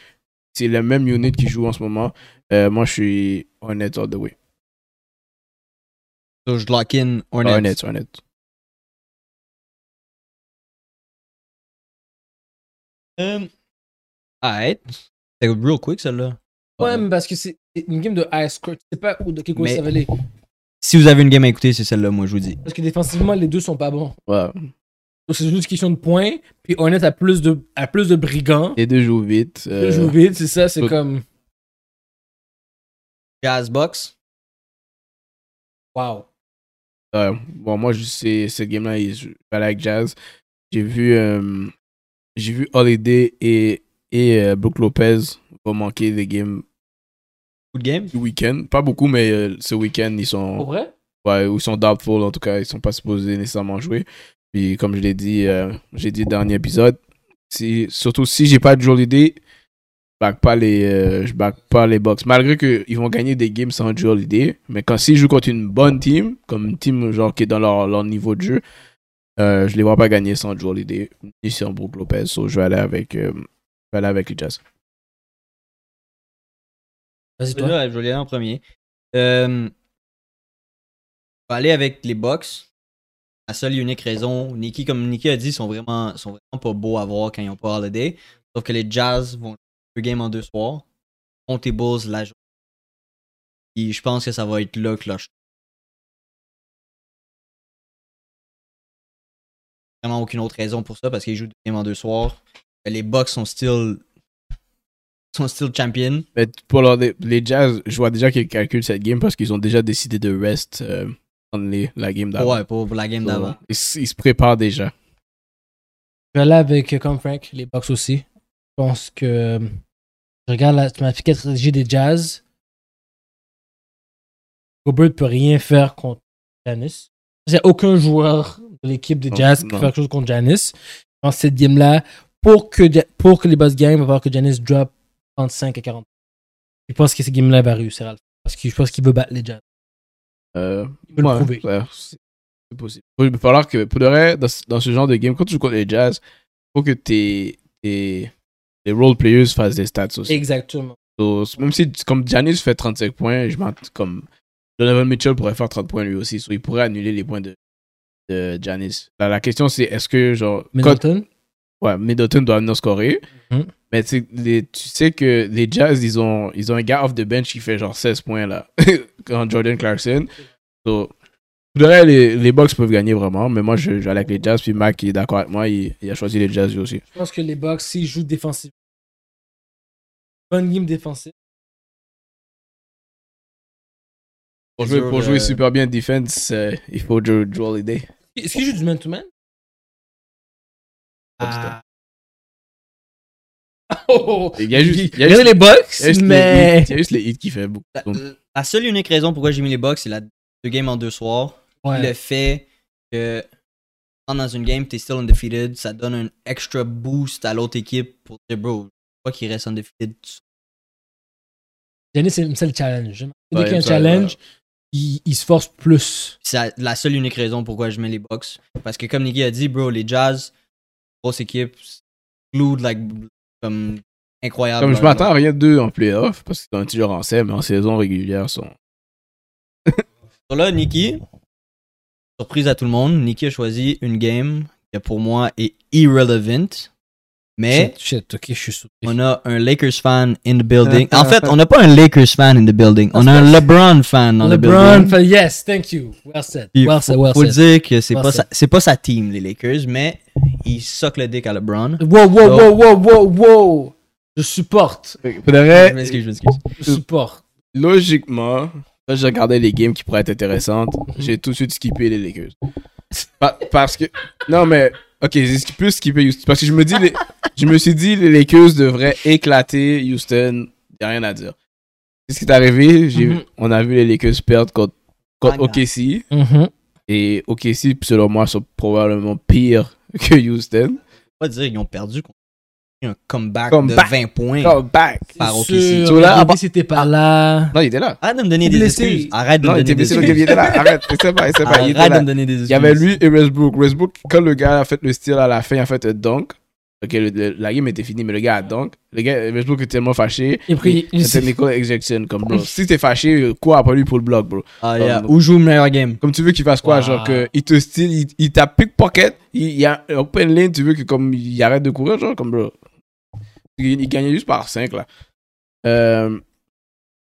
[SPEAKER 3] c'est le même unit qui joue en ce moment. euh, moi, je suis honnête all the way.
[SPEAKER 2] So, je lock in Hornets.
[SPEAKER 3] Honnête, honnête.
[SPEAKER 2] Um, alright. C'était real quick, celle-là.
[SPEAKER 1] Ouais, mais parce que c'est une game de high score. Tu sais pas où, de quel côté
[SPEAKER 2] Mais-
[SPEAKER 1] ça va aller.
[SPEAKER 2] Si vous avez une game à écouter, c'est celle-là, moi, je vous dis.
[SPEAKER 1] Parce que défensivement, les deux sont pas bons.
[SPEAKER 3] Ouais.
[SPEAKER 1] Donc c'est juste une question de points. Puis Hornets a plus de, a plus de brigands.
[SPEAKER 3] Les deux jouent vite.
[SPEAKER 1] Ils
[SPEAKER 3] euh,
[SPEAKER 1] jouent vite, c'est ça, c'est
[SPEAKER 3] tout-
[SPEAKER 1] comme.
[SPEAKER 2] Jazz Box.
[SPEAKER 1] Waouh.
[SPEAKER 3] Ouais. Euh, bon, moi, je sais, cette game-là, il- je vais aller avec Jazz. J'ai vu, euh, j'ai vu Holiday et, et euh, Brook Lopez vont manquer des games
[SPEAKER 2] Good game.
[SPEAKER 3] du week-end. Pas beaucoup, mais euh, ce week-end, ils
[SPEAKER 1] Pour
[SPEAKER 3] sont,
[SPEAKER 1] vrai?
[SPEAKER 3] ouais, ils sont doubtful, en tout cas, ils sont pas supposés nécessairement jouer. Puis, comme je l'ai dit, euh, j'ai dit au dernier épisode, si, surtout si j'ai pas de Holiday, je back pas les, euh, je back pas les box. Malgré qu'ils vont gagner des games sans Joe Holiday, mais quand s'ils jouent contre une bonne team, comme une team genre qui est dans leur, leur niveau de jeu, euh, je les vois pas gagner sans Joe Holiday ni sans Brook Lopez. So, je vais aller avec, euh, je vais aller avec les Jazz.
[SPEAKER 1] Vas-y, toi.
[SPEAKER 2] Là, je vais aller en premier. Um, je vais aller avec les Box. La seule et unique raison, Nikki, comme Nikki a dit, sont vraiment, sont vraiment pas beaux à voir quand ils ont pas holiday. Sauf que les Jazz vont jouer deux games en deux soirs. Contre les Bulls la journée. Et je pense que ça va être là que là, je- Vraiment aucune autre raison pour ça parce qu'ils jouent deux games en deux soirs. Les Bucks sont still sont still champions.
[SPEAKER 3] Mais pour leur- les Jazz, je vois déjà qu'ils calculent cette game parce qu'ils ont déjà décidé de rest euh, dans les- la game d'avant.
[SPEAKER 2] Ouais, pour la game
[SPEAKER 3] So,
[SPEAKER 2] d'avant.
[SPEAKER 3] Ils, s- ils se préparent déjà.
[SPEAKER 1] Je vais aller avec, euh, comme Frank, les Bucks aussi. Je pense que. euh, Je regarde la, ma fiquette stratégie des Jazz. Gobert peut rien faire contre Janis. Il n'y a aucun joueur de l'équipe des
[SPEAKER 3] Non,
[SPEAKER 1] Jazz qui peut
[SPEAKER 3] non.
[SPEAKER 1] faire quelque chose contre Janis. Dans cette game-là, pour que, Ja- pour que les Bucks gagnent, il va falloir que Janis drop 35 à 40. Je pense que cette game-là va réussir à le faire. Parce que je pense qu'il veut battre les Jazz.
[SPEAKER 3] Euh,
[SPEAKER 1] peut le
[SPEAKER 3] ouais,
[SPEAKER 1] prouver.
[SPEAKER 3] ouais, c'est c'est possible. Il va falloir que, pour le reste, dans, ce- dans ce genre de game, quand tu joues contre les Jazz, faut que tes, tes, les role players fassent des stats aussi.
[SPEAKER 1] Exactement.
[SPEAKER 3] So, même si, comme Giannis fait 35 points, je m'en- comme Donovan Mitchell pourrait faire 30 points lui aussi. So, il pourrait annuler les points de, de Giannis. La, la question, c'est est-ce que, genre, quand-
[SPEAKER 1] Middleton?
[SPEAKER 3] Ouais, Middleton doit venir scorer.
[SPEAKER 1] Mhm.
[SPEAKER 3] Mais tu sais, les- tu sais que les Jazz, ils ont, ils ont un gars off the bench qui fait genre 16 points là, quand Jordan Clarkson. So, pour le reste, les, les Bucks peuvent gagner vraiment, mais moi je, je vais aller avec les Jazz, puis Mac il est d'accord avec moi, il, il a choisi les Jazz lui aussi.
[SPEAKER 1] Je pense que les Bucks, s'ils jouent défensivement, bonne game défensive.
[SPEAKER 3] Pour
[SPEAKER 2] C'est
[SPEAKER 3] jouer,
[SPEAKER 2] dur
[SPEAKER 3] pour
[SPEAKER 2] de-
[SPEAKER 1] euh,
[SPEAKER 3] jouer super bien defense, euh, il faut Joe, Joe Holiday.
[SPEAKER 1] Est-ce qu'ils jouent du man-to-man? Ah. Oh,
[SPEAKER 3] Il y a juste- il y a
[SPEAKER 1] Regardez
[SPEAKER 3] juste-
[SPEAKER 1] les Bucks,
[SPEAKER 3] C'est juste les
[SPEAKER 1] mais.
[SPEAKER 3] hits- C'est juste les hits qui fait beaucoup.
[SPEAKER 2] La,
[SPEAKER 3] Donc,
[SPEAKER 2] la seule et unique raison pourquoi j'ai mis les Bucks, c'est la deux games en deux soirs.
[SPEAKER 1] Ouais.
[SPEAKER 2] Le fait que quand dans une game, t'es still undefeated, ça donne un extra boost à l'autre équipe pour dire, bro, je crois qu'il reste undefeated.
[SPEAKER 1] Giannis, c'est c'est le challenge. Dès
[SPEAKER 3] Ouais,
[SPEAKER 1] qu'il y a un
[SPEAKER 3] ça,
[SPEAKER 1] challenge, il, il se force plus.
[SPEAKER 2] C'est la seule et unique raison pourquoi je mets les Bucks. Parce que comme Nicky a dit, bro, les Jazz, grosse équipe, glued, like, comme incroyable.
[SPEAKER 1] Ah,
[SPEAKER 3] Comme je m'attends à rien d'eux en playoff, parce qu'ils sont un petit joueur en C, mais en saison régulière, ils sont.
[SPEAKER 2] Alors là, Nikki, surprise à tout le monde, Nikki a choisi une game qui pour moi est irrelevant. Mais
[SPEAKER 1] Shit, shit, ok, je suis sauté.
[SPEAKER 2] on a un Lakers fan in the building. En fait, on n'a pas un Lakers fan in the building. On a un LeBron fan dans le
[SPEAKER 1] LeBron,
[SPEAKER 2] building.
[SPEAKER 1] fait- yes, thank you. Well said.
[SPEAKER 2] Puis
[SPEAKER 1] Well said, well
[SPEAKER 2] Faut le
[SPEAKER 1] said.
[SPEAKER 2] dire que c'est
[SPEAKER 1] Well
[SPEAKER 2] pas,
[SPEAKER 1] said.
[SPEAKER 2] sa- c'est pas sa team, les Lakers, mais il soque le dick à LeBron.
[SPEAKER 1] Wow, wow, wow, wow, wow, wow. Je supporte.
[SPEAKER 3] Pour le reste,
[SPEAKER 2] Je m'excuse, je m'excuse.
[SPEAKER 1] Je supporte.
[SPEAKER 3] logiquement, là, je regardais les games qui pourraient être intéressantes. J'ai tout de suite skippé les Lakers. Pa- parce que. Non, mais. Ok, j'ai sk- plus skippé Houston. Parce que je me, dis, les- je me suis dit, les Lakers devraient éclater Houston. Y a rien à dire. Qu'est-ce qui est arrivé? J'ai-
[SPEAKER 1] Mhm.
[SPEAKER 3] On a vu les Lakers perdre contre, contre
[SPEAKER 2] Magna.
[SPEAKER 3] OKC.
[SPEAKER 1] Mhm.
[SPEAKER 3] Et OKC, selon moi, sont probablement pires que Houston.
[SPEAKER 2] Faut pas dire qu'ils ont perdu contre un comeback,
[SPEAKER 3] Comeback.
[SPEAKER 2] de 20 points.
[SPEAKER 3] Comeback!
[SPEAKER 2] Par
[SPEAKER 1] C'est
[SPEAKER 2] OKC.
[SPEAKER 1] sûr,
[SPEAKER 3] So là, à part-
[SPEAKER 1] Rudy,
[SPEAKER 2] bah,
[SPEAKER 1] c'était
[SPEAKER 2] ah.
[SPEAKER 1] pas là.
[SPEAKER 3] Non, il était là.
[SPEAKER 2] Arrête de me donner des
[SPEAKER 1] Blessé.
[SPEAKER 2] excuses. Arrête de
[SPEAKER 3] Non,
[SPEAKER 2] me
[SPEAKER 3] il
[SPEAKER 2] donner
[SPEAKER 3] était
[SPEAKER 2] des
[SPEAKER 3] blessé, donc
[SPEAKER 2] excuses.
[SPEAKER 3] il était là. Arrête, c'est pas, c'est pas, il était
[SPEAKER 2] Arrête de
[SPEAKER 3] là.
[SPEAKER 2] me donner des excuses.
[SPEAKER 3] Il y avait lui et Westbrook. Westbrook, quand le gars a fait le steal à la fin, il a fait un dunk. Ok, le- le- la game était finie, mais le gars a dunk. Le gars, Westbrook est tellement fâché.
[SPEAKER 1] Et puis, il-
[SPEAKER 3] C'était Nicole Ejection, comme bro. Si t'es fâché, quoi après lui pour le bloc, bro.
[SPEAKER 2] Ah, yeah.
[SPEAKER 3] Comme-
[SPEAKER 2] Où joue le meilleur game?
[SPEAKER 3] Comme tu veux qu'il fasse quoi,
[SPEAKER 1] Wow.
[SPEAKER 3] genre que il te steal, il, il t'a pickpocket, il, il a un open lane, tu veux que comme il arrête de courir, genre comme bro. Il, il gagnait juste par 5 là. Euh,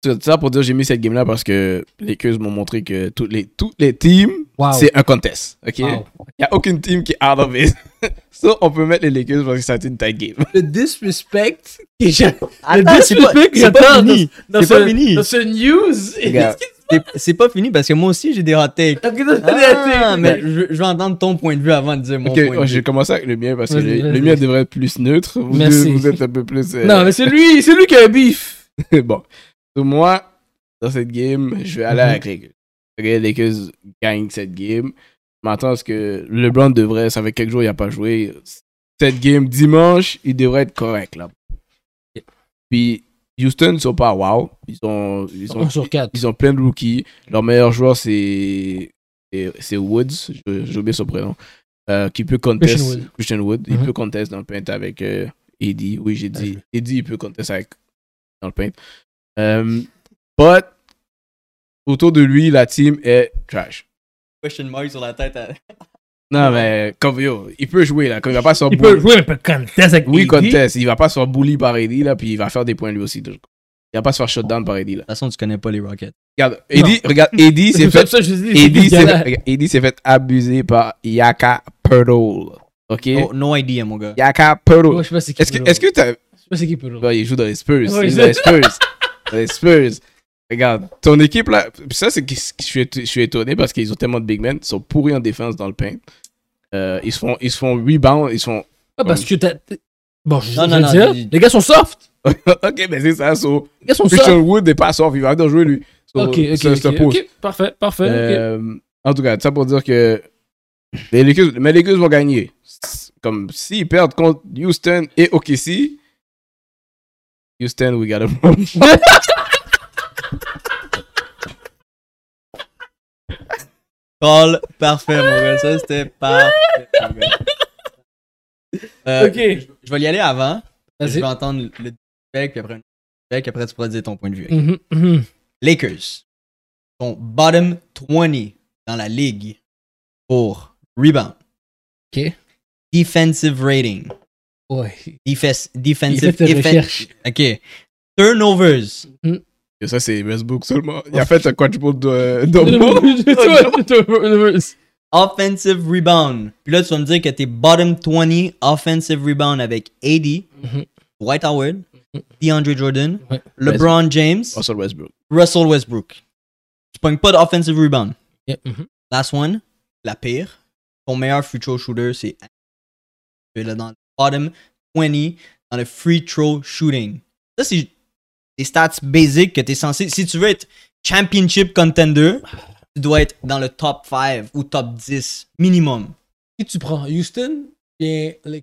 [SPEAKER 3] c'est ça pour dire j'ai mis cette game là parce que les Cubs m'ont montré que toutes les, toutes les teams,
[SPEAKER 1] wow.
[SPEAKER 3] c'est un contest. Ok.
[SPEAKER 1] wow.
[SPEAKER 3] Il n'y a aucune team qui est out of it. so, on peut mettre les Lakers parce que ça a été une tight game.
[SPEAKER 1] Le disrespect que j'ai-
[SPEAKER 2] Attends, c'est pas-
[SPEAKER 1] disrespect que
[SPEAKER 2] c'est pas
[SPEAKER 1] j'attends dans-
[SPEAKER 2] fini.
[SPEAKER 1] dans
[SPEAKER 2] C'est
[SPEAKER 1] ce-
[SPEAKER 2] pas fini.
[SPEAKER 1] Dans ce news.
[SPEAKER 3] Regarde.
[SPEAKER 2] C'est- C'est pas fini parce que moi aussi j'ai des hot takes.
[SPEAKER 1] Parce que t'as donné à
[SPEAKER 2] Ah,
[SPEAKER 1] tes-
[SPEAKER 2] mais je, je veux entendre ton point de vue avant de dire mon
[SPEAKER 3] Ok,
[SPEAKER 2] point de
[SPEAKER 3] j'ai
[SPEAKER 2] vue.
[SPEAKER 3] commencé avec le mien parce que
[SPEAKER 1] Vas-y,
[SPEAKER 3] le,
[SPEAKER 1] vas-y.
[SPEAKER 3] le mien devrait être plus neutre. Vous, deux,
[SPEAKER 1] Merci.
[SPEAKER 3] vous êtes un peu plus. euh,
[SPEAKER 1] Non, mais c'est lui, c'est lui qui a un beef.
[SPEAKER 3] bon. Donc, moi, dans cette game, je vais aller
[SPEAKER 1] Mhm.
[SPEAKER 3] avec les Lakers. Ok, les Lakers gagnent cette game. Je m'attends à ce que LeBron devrait, ça fait quelques jours, il n'a pas joué. Cette game, dimanche, il devrait être correct là. Puis, Houston, ils sont pas wow. Ils ont, ils ont
[SPEAKER 1] 1 sur 4.
[SPEAKER 3] Ils ont plein de rookies. Leur meilleur joueur, c'est c'est- c'est Woods. Je- J'ai oublié son prénom. Euh, qui peut contest.
[SPEAKER 1] Christian Wood.
[SPEAKER 3] Christian Wood, Il
[SPEAKER 1] Mhm.
[SPEAKER 3] peut contest dans le paint avec euh, Eddie. Oui, j'ai
[SPEAKER 1] Ah,
[SPEAKER 3] dit. Eddie, il peut contest avec, dans le paint. Euh, but, autour de lui, la team est trash.
[SPEAKER 2] Question mark sur la tête. hein. à-
[SPEAKER 3] Non, mais comme yo, il peut jouer là. Comme il va pas se faire
[SPEAKER 1] Il
[SPEAKER 3] bully-
[SPEAKER 1] peut jouer un peu contest avec
[SPEAKER 3] Oui,
[SPEAKER 1] AD.
[SPEAKER 3] contest. Il va pas se faire bully par Eddie là. Puis il va faire des points lui aussi. donc. Il va pas se faire shutdown par Eddie là.
[SPEAKER 2] De toute façon, tu connais pas les Rockets.
[SPEAKER 3] Regarde, Eddie, regarde, Eddie
[SPEAKER 1] C'est
[SPEAKER 3] s'est
[SPEAKER 1] pour
[SPEAKER 3] fait
[SPEAKER 1] ça que je dis, c'est
[SPEAKER 3] Eddie s'est
[SPEAKER 1] dégueulasse.
[SPEAKER 3] fait, Eddie s'est fait abuser par Yaka Pearl. OK?
[SPEAKER 2] No, no idea, mon gars.
[SPEAKER 3] Yaka
[SPEAKER 1] Moi,
[SPEAKER 3] Pearl.
[SPEAKER 1] Oh. je sais pas c'est qui.
[SPEAKER 3] Est-ce que,
[SPEAKER 1] Pelo.
[SPEAKER 3] est-ce que t'as.
[SPEAKER 1] Je sais pas c'est qui Pelo.
[SPEAKER 3] Bah, il joue dans les Spurs. Il joue
[SPEAKER 1] Ouais,
[SPEAKER 3] dans les Spurs. Dans les Spurs. Regarde, ton équipe là. Ça, c'est que je suis, éto- je suis étonné parce qu'ils ont tellement de big men. Ils sont pourris en défense dans le paint. Euh, ils, se font, ils se font rebound. Ils se font
[SPEAKER 1] Ah, parce que t'as. t'es- Bon, je
[SPEAKER 2] Non,
[SPEAKER 1] je
[SPEAKER 2] non,
[SPEAKER 1] veux
[SPEAKER 2] non,
[SPEAKER 1] dire,
[SPEAKER 2] il-
[SPEAKER 1] les gars sont soft.
[SPEAKER 3] ok, mais c'est ça, so.
[SPEAKER 1] Les gars sont soft.
[SPEAKER 3] Christian Wood n'est pas soft, il va encore jouer lui. So,
[SPEAKER 1] Ok, ok,
[SPEAKER 3] c'est- c'est un
[SPEAKER 1] ok,
[SPEAKER 3] pause.
[SPEAKER 1] ok, parfait, parfait. ok.
[SPEAKER 3] Euh, En tout cas, ça pour dire que les Lakers, mais les Lakers vont gagner. C'est Comme s'ils perdent contre Houston et OKC, Houston, we got a problem.
[SPEAKER 2] Call parfait, mon gars. Ça, c'était parfait. mon gars. Euh,
[SPEAKER 1] Ok.
[SPEAKER 2] Je vais y aller avant. Je
[SPEAKER 1] Vas-y.
[SPEAKER 2] vais entendre le feedback, puis après, feedback, après tu pourras dire ton point de vue.
[SPEAKER 1] Mhm, mhm.
[SPEAKER 2] Lakers sont bottom 20 dans la ligue pour rebound.
[SPEAKER 1] Ok.
[SPEAKER 2] Defensive rating.
[SPEAKER 1] Ouais.
[SPEAKER 2] Defes-
[SPEAKER 1] Il
[SPEAKER 2] defensive
[SPEAKER 1] fait tes
[SPEAKER 2] effe-
[SPEAKER 1] recherches.
[SPEAKER 2] OK. Turnovers.
[SPEAKER 3] Et ça, c'est Westbrook seulement. Il a fait un quadruple de,
[SPEAKER 2] Offensive rebound. Puis là, tu vas me dire que t'es bottom 20 offensive rebound avec AD,
[SPEAKER 1] Mhm.
[SPEAKER 2] Dwight Howard, DeAndre Jordan,
[SPEAKER 1] Ouais.
[SPEAKER 2] LeBron James,
[SPEAKER 3] Russell Oh, Westbrook.
[SPEAKER 2] Russell Westbrook. Tu pognes pas d'offensive rebound.
[SPEAKER 1] Yeah, mhm.
[SPEAKER 2] Last one, la pire. Ton meilleur free throw shooter, c'est. Tu es là dans le bottom 20 dans le free throw shooting. Ça, c'est des stats basiques que tu es censé. Si tu veux être championship contender, tu dois être dans le top 5 ou top 10 minimum.
[SPEAKER 1] Qui tu prends Houston Bien. les-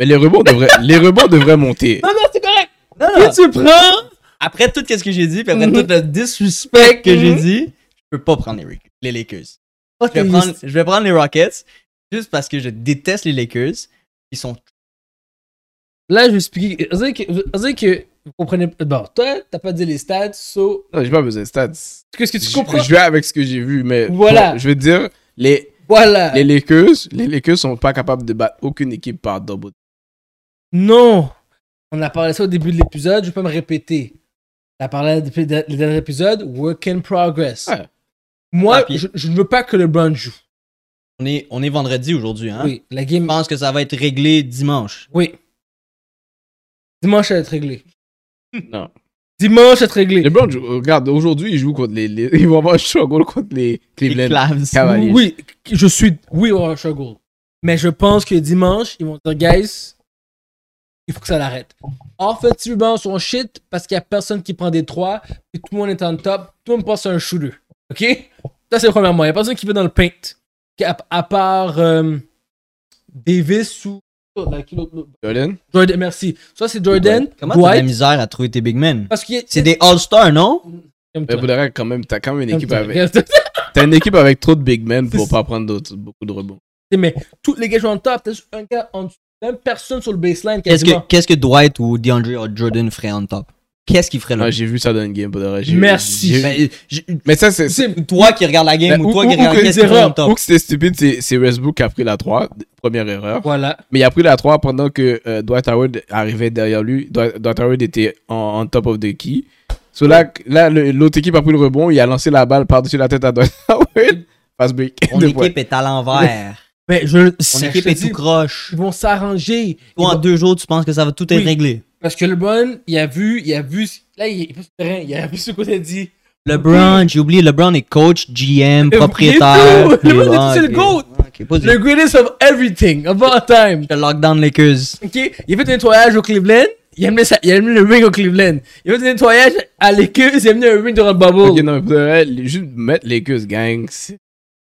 [SPEAKER 3] Mais les rebonds devraient, les rebonds devraient monter.
[SPEAKER 1] Non, non, c'est correct.
[SPEAKER 2] Non, non.
[SPEAKER 1] Qui tu prends
[SPEAKER 2] Après tout ce que j'ai dit, puis après
[SPEAKER 1] Mhm.
[SPEAKER 2] tout le disrespect que j'ai
[SPEAKER 1] Mhm.
[SPEAKER 2] dit, je peux pas prendre les, Ra- les Lakers.
[SPEAKER 1] Oh,
[SPEAKER 2] Je
[SPEAKER 1] t'es
[SPEAKER 2] vais, prendre,
[SPEAKER 1] Houston.
[SPEAKER 2] je vais prendre les Rockets juste parce que je déteste les Lakers. Ils sont
[SPEAKER 1] Là, je vais expliquer. Vous savez que, vous savez que vous comprenez. Bon, toi, t'as pas dit les stats, so.
[SPEAKER 3] Non, j'ai pas besoin de stats.
[SPEAKER 1] Qu'est-ce que tu
[SPEAKER 3] Je-
[SPEAKER 1] comprends
[SPEAKER 3] Je vais avec ce que j'ai vu, mais
[SPEAKER 1] Voilà.
[SPEAKER 3] bon, je veux dire, les,
[SPEAKER 1] Voilà.
[SPEAKER 3] les Lakers, les Lakers sont pas capables de battre aucune équipe par double.
[SPEAKER 1] Non On a parlé ça au début de l'épisode, je peux me répéter. On a parlé depuis le le dernier épisode, work in progress.
[SPEAKER 3] Ouais.
[SPEAKER 1] Moi,
[SPEAKER 2] Ah, puis-
[SPEAKER 1] je, je ne veux pas que LeBron joue.
[SPEAKER 2] On est, on est vendredi aujourd'hui, hein?
[SPEAKER 1] Oui, la
[SPEAKER 2] Je
[SPEAKER 1] game.
[SPEAKER 2] pense que ça va être réglé dimanche.
[SPEAKER 1] Oui. Dimanche, ça va être réglé.
[SPEAKER 3] Non.
[SPEAKER 1] Dimanche, ça va être réglé.
[SPEAKER 3] LeBron, joue- regarde, aujourd'hui, ils jouent contre les, les- ils vont avoir un show goal contre les
[SPEAKER 2] Les
[SPEAKER 3] Cleveland
[SPEAKER 2] Cavs.
[SPEAKER 3] Cavaliers.
[SPEAKER 1] Oui, je suis. Oui, on va avoir un struggle. Mais je pense que dimanche, ils vont dire, guys, il faut que ça l'arrête. Offensivement, son shit, parce qu'il n'y a personne qui prend des trois, et tout le monde est en top, tout le monde passe un shooter. OK? Ça, c'est premièrement. Il n'y a personne qui va dans le paint. À, à part euh, Davis ou. oh, là, qui l'autre- l'autre-
[SPEAKER 3] Jordan.
[SPEAKER 1] Jordan, merci. Soit c'est Jordan,
[SPEAKER 2] Comment t'as de la
[SPEAKER 1] Dwight,
[SPEAKER 2] misère à trouver tes big men?
[SPEAKER 1] parce qu'il y a.
[SPEAKER 2] C'est des All-Stars, non?
[SPEAKER 1] Comme
[SPEAKER 3] Mais
[SPEAKER 1] toi.
[SPEAKER 3] pour de vrai, quand même, t'as quand même une
[SPEAKER 1] Comme
[SPEAKER 3] équipe
[SPEAKER 1] toi.
[SPEAKER 3] avec, t'as une équipe avec trop de big men pour
[SPEAKER 1] C'est-
[SPEAKER 3] pas prendre d'autres- beaucoup de rebonds.
[SPEAKER 1] Mais tous les gars jouent en top, t'as juste un gars en dessous, même personne sur le baseline
[SPEAKER 2] Qu'est-ce
[SPEAKER 1] quasiment.
[SPEAKER 2] que, qu'est-ce que Dwight ou DeAndre Jordan ferait en top? Qu'est-ce qu'il ferait
[SPEAKER 3] Non,
[SPEAKER 2] là?
[SPEAKER 3] Ah, j'ai vu ça dans une game pour de vrai, j'ai-
[SPEAKER 1] Merci.
[SPEAKER 3] j'ai-
[SPEAKER 2] Ben, j'ai-
[SPEAKER 3] Mais ça, c'est,
[SPEAKER 1] C'est-
[SPEAKER 2] toi qui regarde la game
[SPEAKER 3] Ben,
[SPEAKER 2] ou toi qui
[SPEAKER 3] ou
[SPEAKER 2] regarde
[SPEAKER 3] que
[SPEAKER 2] qu'est-ce qu'il ferait en
[SPEAKER 3] l'erreur- ou
[SPEAKER 2] top?
[SPEAKER 3] que c'était stupide, c'est, c'est Westbrook qui a pris la 3, première erreur.
[SPEAKER 1] Voilà.
[SPEAKER 3] Mais il a pris la 3 pendant que euh, Dwight Howard arrivait derrière lui. Dwight, Dwight Howard était en, en top of the key. So là, là le- l'autre équipe a pris le rebond, il a lancé la balle par-dessus la tête à Dwight Howard. Fast break.
[SPEAKER 2] Mon
[SPEAKER 3] Deux
[SPEAKER 2] équipe
[SPEAKER 3] points.
[SPEAKER 2] est à l'envers.
[SPEAKER 1] Mais je,
[SPEAKER 2] Mon
[SPEAKER 1] c'est-
[SPEAKER 2] équipe
[SPEAKER 1] je te
[SPEAKER 2] est
[SPEAKER 1] dis,
[SPEAKER 2] tout croche.
[SPEAKER 1] Ils vont s'arranger. Ils
[SPEAKER 2] Toi, en
[SPEAKER 1] vont-
[SPEAKER 2] deux jours, tu penses que ça va tout être
[SPEAKER 1] Oui.
[SPEAKER 2] réglé.
[SPEAKER 1] Parce que LeBron, il a vu, il a vu. Là, il est pas sur le terrain. Il a vu ce qu'on a dit.
[SPEAKER 2] LeBron, j'ai oublié, LeBron est coach, GM,
[SPEAKER 1] Et
[SPEAKER 2] propriétaire.
[SPEAKER 1] vous- et vous-
[SPEAKER 2] puis-
[SPEAKER 1] LeBron est
[SPEAKER 2] ah,
[SPEAKER 1] tout seul
[SPEAKER 2] ok.
[SPEAKER 1] GOAT.
[SPEAKER 2] Ok, pas
[SPEAKER 1] Le
[SPEAKER 2] du-
[SPEAKER 1] greatest of everything of all time.
[SPEAKER 2] Le lockdown Lakers.
[SPEAKER 1] Ok? Il a fait un nettoyage au Cleveland. Il a amené, sa- il a amené le ring au Cleveland. Il a fait un nettoyage à l'écuse. Il a amené un ring dans le bubble.
[SPEAKER 3] Ok, non, mais pour de vrai, les- juste mettre les queues gang, c'est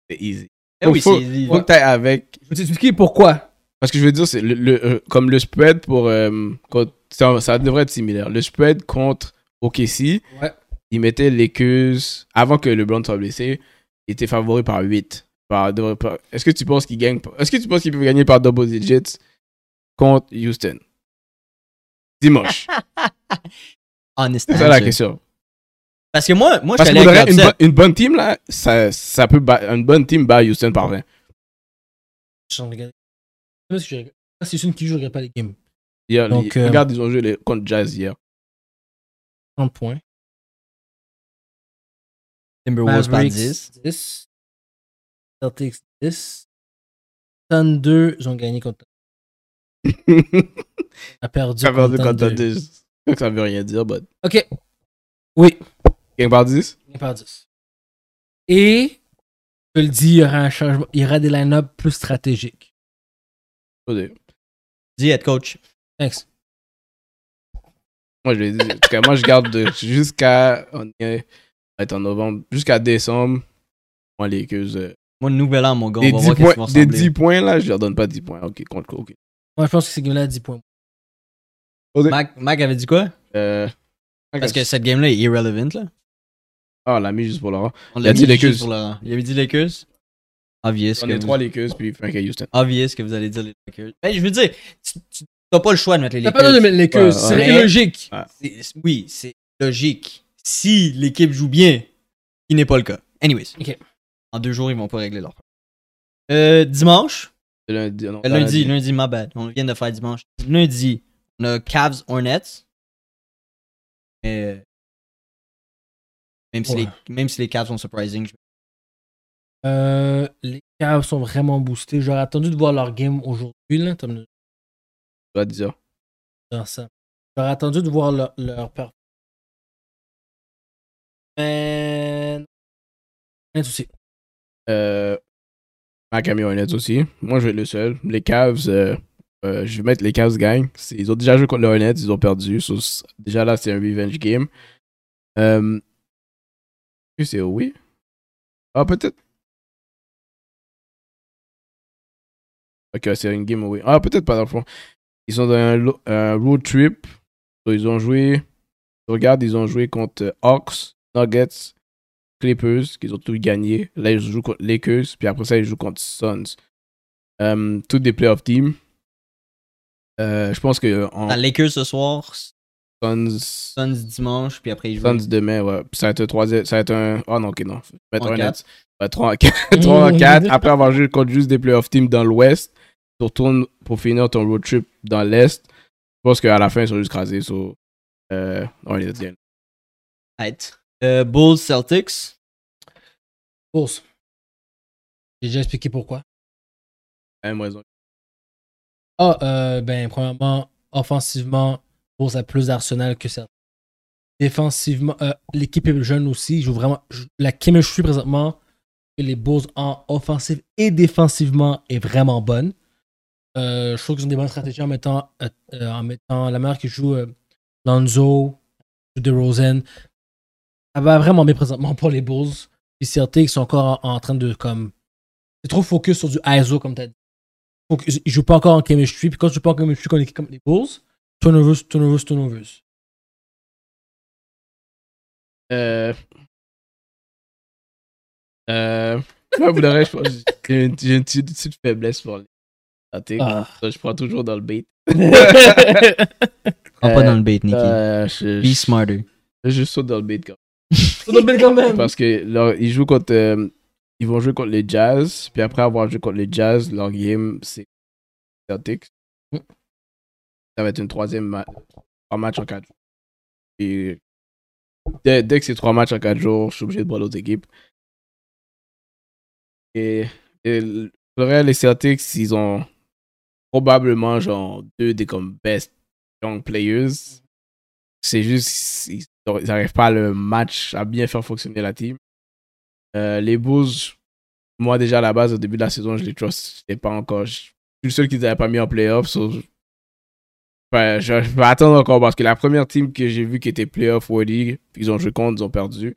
[SPEAKER 3] c'est easy.
[SPEAKER 2] Eh oui,
[SPEAKER 3] faut,
[SPEAKER 2] c'est-
[SPEAKER 3] faut que t'ailles avec.
[SPEAKER 1] Je vais t'expliquer pourquoi.
[SPEAKER 3] Parce que je veux dire, c'est le, le- euh, comme le spread pour. euh, contre- ça, ça devrait être similaire. Le spread contre OKC,
[SPEAKER 1] Ouais.
[SPEAKER 3] il mettait les queues- Avant que LeBron soit blessé, il était favori par 8. Par, devrait pas- Est-ce que tu penses qu'il gagne par- Est-ce que tu penses qu'il peut gagner par double digits contre Houston Dimanche.
[SPEAKER 2] Honest
[SPEAKER 3] C'est ça la
[SPEAKER 2] answer.
[SPEAKER 3] question.
[SPEAKER 2] Parce que moi, moi je
[SPEAKER 3] Parce
[SPEAKER 2] suis
[SPEAKER 3] que
[SPEAKER 2] allé
[SPEAKER 3] pour de
[SPEAKER 2] avec
[SPEAKER 3] vrai, une,
[SPEAKER 2] l'upset.
[SPEAKER 3] bo- une bonne team, là, ça, ça peut. ba- Une bonne team bat Houston par 20.
[SPEAKER 1] Je regarde. Je sais pas si je regarde. Ah, C'est une qui joue, je regarde pas les games.
[SPEAKER 3] Hier,
[SPEAKER 1] Donc,
[SPEAKER 3] les-
[SPEAKER 1] euh,
[SPEAKER 3] regarde, ils ont joué les- contre Jazz hier.
[SPEAKER 1] 30 points.
[SPEAKER 2] Timberwolves par
[SPEAKER 1] Mavericks
[SPEAKER 2] 10.
[SPEAKER 1] 10. Celtics 10. Thunder, ils ont gagné contre. A perdu.
[SPEAKER 3] Ça veut dire
[SPEAKER 1] contre
[SPEAKER 3] quand t'as
[SPEAKER 1] Thunder.
[SPEAKER 3] dit- je sais que Ça veut rien dire, but.
[SPEAKER 1] Ok. Oui,
[SPEAKER 3] Gang par 10
[SPEAKER 1] gagné par 10. Et, je le dis, il y aura un changement. Il y aura des line-up plus stratégiques.
[SPEAKER 3] Posé.
[SPEAKER 2] Dis head coach.
[SPEAKER 1] Thanks.
[SPEAKER 3] Moi, je l'ai dit. En tout cas, moi, je garde de- jusqu'à. On est, on est en novembre. Jusqu'à décembre. Moi, les Lakers. euh,
[SPEAKER 2] Moi, le nouvel an, mon gars,
[SPEAKER 3] des,
[SPEAKER 2] on va
[SPEAKER 3] 10
[SPEAKER 2] voir qu'est-ce qu'ils
[SPEAKER 3] points,
[SPEAKER 2] vont
[SPEAKER 3] des
[SPEAKER 2] ressembler.
[SPEAKER 3] 10 points, là, je leur donne pas 10 points. Ok, contre ok.
[SPEAKER 1] Moi, je pense que c'est game-là à 10 points.
[SPEAKER 2] Mac, Mac avait dit quoi?
[SPEAKER 3] Euh,
[SPEAKER 2] Parce que cette game-là est irrelevant, là.
[SPEAKER 3] Ah, on l'a mis juste pour Laurent.
[SPEAKER 2] On
[SPEAKER 3] Il a dit
[SPEAKER 2] juste
[SPEAKER 3] Lakers.
[SPEAKER 2] pour Laurent. Il avait dit Lakers. Obvious.
[SPEAKER 3] On
[SPEAKER 2] que
[SPEAKER 3] est
[SPEAKER 2] vous-
[SPEAKER 3] trois Lakers, puis Frank et Houston.
[SPEAKER 2] Obvious que vous allez dire les Lakers. Mais je veux dire, tu tu- t'as pas le choix de mettre les
[SPEAKER 1] T'as
[SPEAKER 2] Lakers.
[SPEAKER 1] pas besoin de mettre les queues,
[SPEAKER 3] Ouais,
[SPEAKER 1] c'est
[SPEAKER 2] ouais.
[SPEAKER 1] illogique.
[SPEAKER 2] C'est- Oui, c'est logique. Si l'équipe joue bien, il n'est pas le cas. Anyways.
[SPEAKER 1] Ok.
[SPEAKER 2] En deux jours, ils vont pas régler leur problème. Euh, dimanche.
[SPEAKER 3] C'est Lundi, non,
[SPEAKER 2] euh, lundi, lundi, ma bad. On vient de faire dimanche. Lundi, on a Cavs Hornets. Mais, euh, même, si
[SPEAKER 1] Ouais.
[SPEAKER 2] les, même si les Cavs sont surprising, je-
[SPEAKER 1] Euh, les Cavs sont vraiment boostés. J'aurais attendu de voir leur game aujourd'hui, là. t'as une-
[SPEAKER 3] à 10 heures.
[SPEAKER 1] dans ça. J'aurais attendu de voir leur, leur performance. Mais. Rien de souci.
[SPEAKER 3] Euh, Mac a mis Hornets aussi. Moi, je vais être le seul. Les Cavs, euh, euh, je vais mettre les Cavs gang. C'est- Ils ont déjà joué contre les Hornets, ils ont perdu. So, c'est- déjà là, c'est un revenge game. Euh, est-ce que c'est oui. Ah, peut-être. Ok, c'est une game oui. Ah, peut-être pas dans le fond. Ils sont dans un, lo- un road trip. So, ils ont joué. Regarde, ils ont joué contre euh, Hawks, Nuggets, Clippers, qu'ils ont tous gagné. Là, ils jouent contre Lakers, puis après ça, ils jouent contre Suns. Euh, toutes des playoff teams. Euh, je pense que en
[SPEAKER 2] T'as Lakers ce soir,
[SPEAKER 3] Suns,
[SPEAKER 2] Suns dimanche, puis après ils jouent.
[SPEAKER 3] Suns demain, ouais. Puis ça va être un 3 ça va être un. Oh non, ok, non. Je vais mettre
[SPEAKER 2] En
[SPEAKER 3] un
[SPEAKER 2] quatre.
[SPEAKER 3] net. Ouais, 3 en 4. 3 en 4. Après avoir joué contre juste des playoff teams dans l'Ouest, tu retournes pour finir ton road trip dans l'Est. Je pense qu'à la fin, ils sont juste crasés. So, euh, on les tient.
[SPEAKER 2] Right. Euh, Bulls Celtics.
[SPEAKER 1] Course. J'ai déjà expliqué pourquoi.
[SPEAKER 3] La même raison.
[SPEAKER 1] Ah, euh, ben, premièrement, offensivement, Bulls a plus d'arsenal que ça. Défensivement, euh, l'équipe est jeune aussi. ils jouent vraiment, je- la chemistry présentement, que les Bulls en offensive et défensivement est vraiment bonne. Euh, je trouve qu'ils ont des bonnes stratégies en mettant, euh, euh, en mettant la meilleure qui joue euh, Lonzo, DeRozan. Ça va vraiment bien présentement pour les Bulls. Les Celtics sont encore en, en train de comme. C'est trop focus sur du ISO comme tu as dit. Donc, ils ils jouent pas encore en chemistry. Puis quand tu joues pas en chemistry comme les, comme les Bulls, turnovers, turnovers, turnovers.
[SPEAKER 3] Euh. Euh. Moi, pour le reste, je pense que j'ai une, j'ai une petite, petite faiblesse pour les Celtics.
[SPEAKER 1] Ah.
[SPEAKER 3] Ça, Je prends toujours dans le bait.
[SPEAKER 2] Prends pas dans le bait, Nicky.
[SPEAKER 3] Euh, je,
[SPEAKER 2] Be
[SPEAKER 3] je,
[SPEAKER 2] smarter.
[SPEAKER 3] je saute dans le bait quand
[SPEAKER 1] quand même.
[SPEAKER 3] même. Parce que leur- ils jouent contre. euh, ils vont jouer contre les Jazz. Puis après avoir joué contre les Jazz, leur game, c'est Celtics. Ça va être une troisième ma- trois matchs en quatre jours. Et dès, dès que c'est trois matchs en quatre jours, je suis obligé de prendre l'autre équipe. Et, et le reste, les Celtics, ils ont probablement genre deux des comme best young players. C'est juste ils n'arrivent pas à le match à bien faire fonctionner la team. Euh, les Bulls, moi déjà à la base au début de la saison, je les trust, je pas encore. Je suis le seul qu'ils n'avaient pas mis en playoff. so- Enfin, je, je vais attendre encore parce que la première team que j'ai vue qui était playoff worthy, ils ont joué contre, ils ont perdu.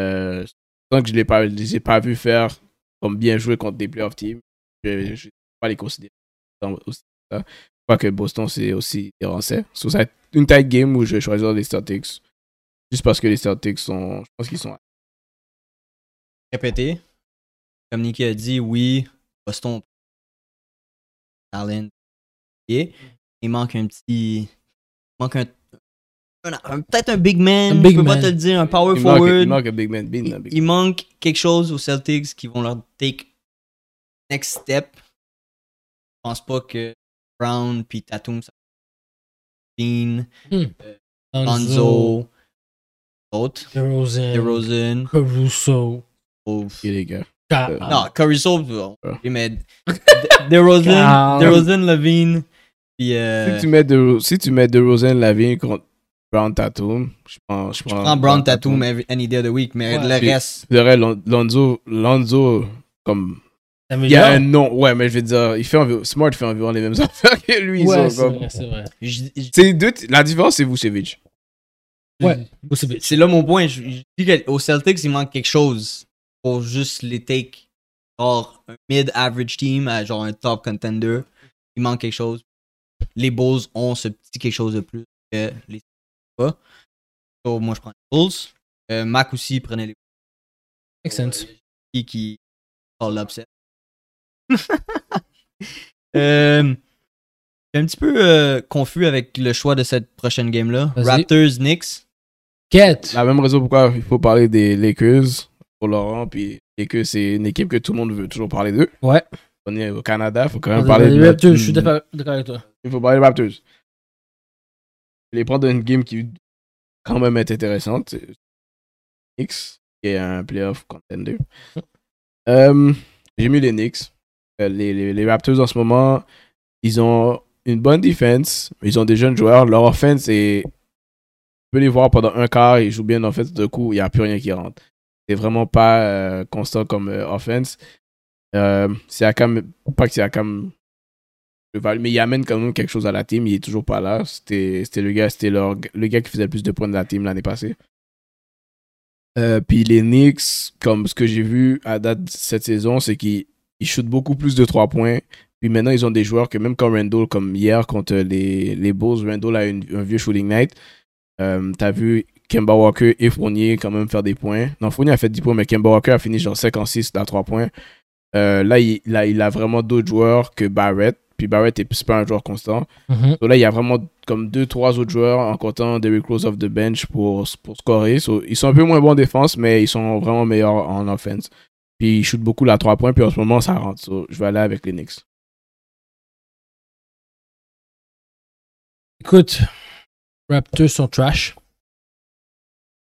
[SPEAKER 3] Euh, tant que je ne les, pas- je les ai pas vu faire comme bien jouer contre des playoff teams, je ne vais pas les considérer dans- aussi. ça. Je crois que Boston, c'est aussi des Français. So, ça va être une tight game où je vais choisir les Celtics. Juste parce que les Celtics sont. Je pense qu'ils sont.
[SPEAKER 2] Répétez. Comme Nicky a dit, oui, Boston. Talent. Et il manque un petit. Il manque un. un- un- Peut-être un big man.
[SPEAKER 1] Un big
[SPEAKER 2] je peux
[SPEAKER 1] man.
[SPEAKER 2] pas te le dire, un power
[SPEAKER 3] Il manque,
[SPEAKER 2] forward.
[SPEAKER 3] il manque un Big Man Bean. là, Big-
[SPEAKER 2] il manque quelque chose aux Celtics qui vont leur take next step. Je pense pas que Brown puis Tatum ça Bean, Lonzo, d'autres,
[SPEAKER 3] Euh,
[SPEAKER 1] DeRozan,
[SPEAKER 2] DeRozan,
[SPEAKER 1] Caruso, ah,
[SPEAKER 2] oh,
[SPEAKER 3] Ok, les gars.
[SPEAKER 1] Ka-
[SPEAKER 3] Euh,
[SPEAKER 2] Ah. non, Caruso, bon,
[SPEAKER 3] Ouais.
[SPEAKER 2] oui, mais De- DeRozan,
[SPEAKER 1] Carl.
[SPEAKER 2] DeRozan, Levine, puis euh,
[SPEAKER 3] Si tu mets de, si tu mets DeRozan Lavigne contre Brown Tatum, je prends, je prends,
[SPEAKER 2] prends Brown, Tatum every- any day of the week, mais
[SPEAKER 1] Ouais.
[SPEAKER 2] le
[SPEAKER 3] Puis-
[SPEAKER 2] reste,
[SPEAKER 3] Je dirais Lon- Lonzo, Lonzo comme Il y a un nom, ouais, mais je vais te dire, il fait environ- Smart fait environ les mêmes affaires que lui.
[SPEAKER 1] Ouais,
[SPEAKER 3] so,
[SPEAKER 1] c'est
[SPEAKER 3] comme-
[SPEAKER 1] vrai, c'est vrai.
[SPEAKER 2] Je- je-
[SPEAKER 3] C'est deux t- La différence, c'est Vucevic.
[SPEAKER 1] Ouais. Vucevic.
[SPEAKER 2] C'est là mon point. Je, je dis qu'au Celtics, il manque quelque chose pour juste les take. Genre un mid-average team à genre un top contender. Il manque quelque chose. Les Bulls ont ce petit quelque chose de plus que les pas. So, moi, je prends les Bulls. Euh, Mac aussi prenait les
[SPEAKER 1] Makes sense.
[SPEAKER 2] qui qui call l'upset. Euh, je suis un petit peu euh, confus avec le choix de cette prochaine game-là.
[SPEAKER 1] Vas-y.
[SPEAKER 2] Raptors, Knicks.
[SPEAKER 1] Quête.
[SPEAKER 3] La même raison pourquoi il faut parler des Lakers pour Laurent, puis Lakers, c'est une équipe que tout le monde veut toujours parler d'eux.
[SPEAKER 1] Ouais.
[SPEAKER 3] On est au Canada, faut quand même parler de
[SPEAKER 1] Les
[SPEAKER 3] notre-
[SPEAKER 1] Raptors, je suis d'accord d'accord avec toi.
[SPEAKER 3] Il faut parler des Raptors. Je vais les prendre dans une game qui quand même est intéressante. Knicks, qui est un playoff contender. Euh, J'ai mis les Knicks. Euh, les, les- les Raptors en ce moment, ils ont une bonne défense, mais ils ont des jeunes joueurs. Leur offense est. Tu peux les voir pendant un quart, ils jouent bien en fait, de coup, il n'y a plus rien qui rentre. C'est vraiment pas euh, constant comme euh, offense. Euh, Siakam, pas que Siakam le val- mais il amène quand même quelque chose à la team. Il est toujours pas là. C'était c'était le gars, c'était leur- le gars qui faisait le plus de points de la team l'année passée. Euh, puis les Knicks, comme ce que j'ai vu à date de cette saison, c'est qu'ils ils shootent beaucoup plus de 3 points. Puis maintenant, ils ont des joueurs que même quand Randall, comme hier contre les, les Bulls, Randall a une- un vieux shooting night. Euh, T'as vu Kemba Walker et Fournier quand même faire des points. Non, Fournier a fait 10 points, mais Kemba Walker a fini genre 56 à 3 points. Euh, là, il, là, il a vraiment d'autres joueurs que Barrett. Puis Barrett est c'est pas un joueur constant.
[SPEAKER 1] Mhm.
[SPEAKER 3] Donc là, il y a vraiment comme deux, trois autres joueurs en comptant Derrick Rose off the bench pour, pour scorer. So, ils sont un peu moins bons en défense, mais ils sont vraiment meilleurs en offense. Puis ils shootent beaucoup la 3 points, puis en ce moment, ça rentre. So, je vais aller avec les Knicks.
[SPEAKER 1] Écoute, Raptors sont trash.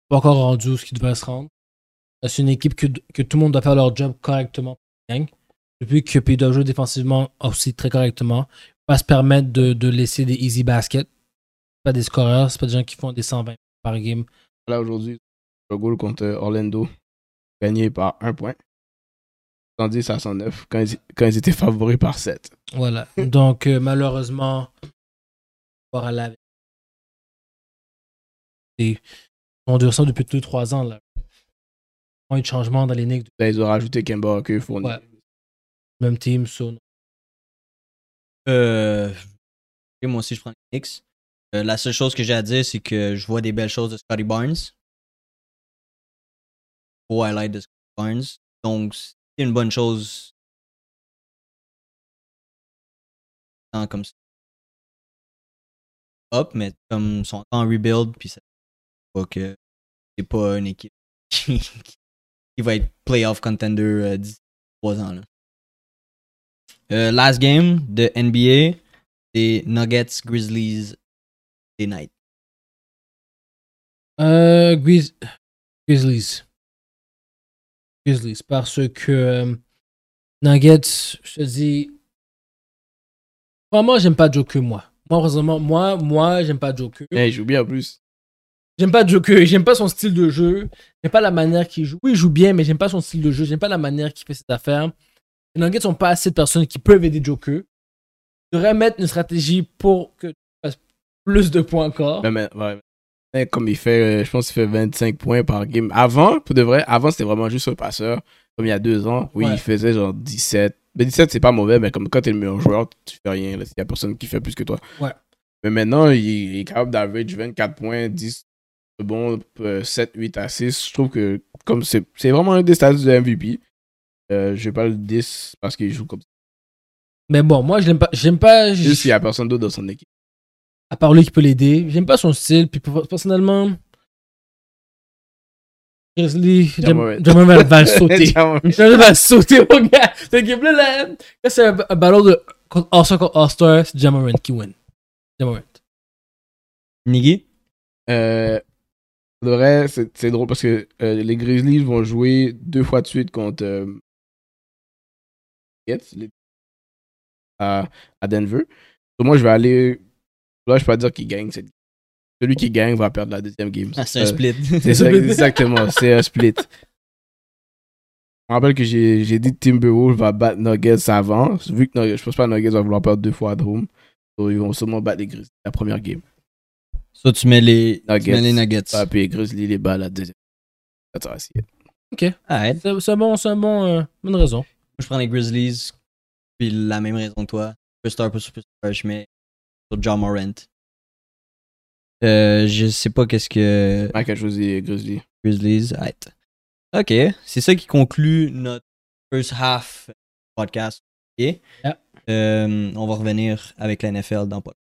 [SPEAKER 1] Pas encore rendu où ce qu'ils devaient se rendre. Euh, C'est une équipe que, que tout le monde doit faire leur job correctement. Gang. Depuis que puis ils doivent jouer défensivement aussi très correctement. Pas se permettre de, de laisser des easy baskets. C'est Pas des scoreurs, c'est pas des gens qui font des 120 par game.
[SPEAKER 3] Là, aujourd'hui, le goal contre Orlando, gagné par un point. 110 à 109, quand ils, quand ils étaient favoris par 7.
[SPEAKER 1] Voilà. Donc euh, malheureusement, on va aller avec. Et on doit ça depuis 2-3 ans là. Pas eu de changement dans les Knicks
[SPEAKER 3] Là, ils ont rajouté Kemba Walker, Fournier.
[SPEAKER 1] Ouais. même team, so non.
[SPEAKER 2] Euh, et moi aussi, je prends les Knicks. Euh, la seule chose que j'ai à dire, c'est que je vois des belles choses de Scotty Barnes. Au highlight de Scotty Barnes. Donc, c'est une bonne chose. Tant Comme ça. Hop, mais comme ils sont encore en rebuild, puis ça pas que c'est pas une équipe qui, qui va être playoff contender euh, d'ici trois ans. Là. Euh, last game de NBA, c'est Nuggets, Grizzlies, des Knights.
[SPEAKER 1] Euh, Grizz- Grizzlies. Grizzlies, parce que euh, Nuggets, je te dis. Vraiment, j'aime pas Joker, moi. Moi, heureusement, moi, moi, j'aime pas Joker.
[SPEAKER 3] Ouais, ils jouent bien en plus.
[SPEAKER 1] J'aime pas Joker, j'aime pas son style de jeu. J'aime pas la manière qu'il joue. Oui, il joue bien, mais j'aime pas son style de jeu. J'aime pas la manière qu'il fait cette affaire. Les Nuggets sont pas assez de personnes qui peuvent aider Joker. Je devrais mettre une stratégie pour que tu fasses plus de points encore.
[SPEAKER 3] Mais, mais- ouais. Mais comme il fait, euh, je pense qu'il fait 25 points par game. Avant, pour de vrai, avant c'était vraiment juste un passeur. Comme il y a deux ans, oui,
[SPEAKER 1] Ouais.
[SPEAKER 3] il faisait genre 17. Mais 17, c'est pas mauvais, mais comme quand t'es le meilleur joueur, tu fais rien. là. Il y a personne qui fait plus que toi.
[SPEAKER 1] Ouais.
[SPEAKER 3] Mais maintenant, il, il est capable d'average 24 points, euh, 10 bon, 7, 8 à 6. Je trouve que comme c'est c'est vraiment un des statuts de MVP. Euh, je vais pas le 10 parce qu'il joue comme ça.
[SPEAKER 1] Mais bon, moi, je l'aime pas. J'aime pas.
[SPEAKER 3] Juste s'il y a personne d'autre dans son équipe.
[SPEAKER 1] à part lui qui peut l'aider. J'aime pas son style. Puis pour- personnellement, Grizzly,
[SPEAKER 3] Jamal.
[SPEAKER 1] Jam- Jamal va, va le sauter.
[SPEAKER 3] Tiens,
[SPEAKER 1] Jamal va le sauter, mon gars. Ce game-là, là, là, c'est un, un ballon de contre All-Star contre All-Star. C'est Jamarant qui win. Jamarant.
[SPEAKER 2] Niggy?
[SPEAKER 3] Euh, pour de vrai, c'est c'est drôle parce que euh, les Grizzlies vont jouer deux fois de suite contre euh, Nuggets, les- à, à Denver. Donc moi, je vais aller. Là, je peux pas dire qu'il gagne cette game. Celui qui gagne va perdre la deuxième game.
[SPEAKER 2] Ah, c'est un
[SPEAKER 3] Euh,
[SPEAKER 2] split.
[SPEAKER 3] c'est ça, exactement. C'est un split. me rappelle que j'ai j'ai dit Timberwolves va battre Nuggets avant. Vu que Nuggets- je pense pas que Nuggets va vouloir perdre deux fois à home. Donc, ils vont sûrement battre les Grizzlies la première game.
[SPEAKER 2] Ça, tu mets les tu
[SPEAKER 3] Nuggets.
[SPEAKER 2] mets les nuggets.
[SPEAKER 3] Ah, puis les Grizzlies les battent la deuxième. That's how I see it.
[SPEAKER 2] Alright.
[SPEAKER 1] C'est c'est un bon, c'est un bon, euh, bonne raison.
[SPEAKER 2] Moi, je prends les Grizzlies, puis la même raison que toi. Superstar, pas superstar, je mets sur John Morant. Euh, je sais pas qu'est-ce que
[SPEAKER 3] Mike a choisi les Grizzlies.
[SPEAKER 2] Grizzlies. Alright. Ok, c'est ça qui conclut notre first half podcast. Ok.
[SPEAKER 1] Yeah.
[SPEAKER 2] Euh, on va revenir avec la NFL dans pas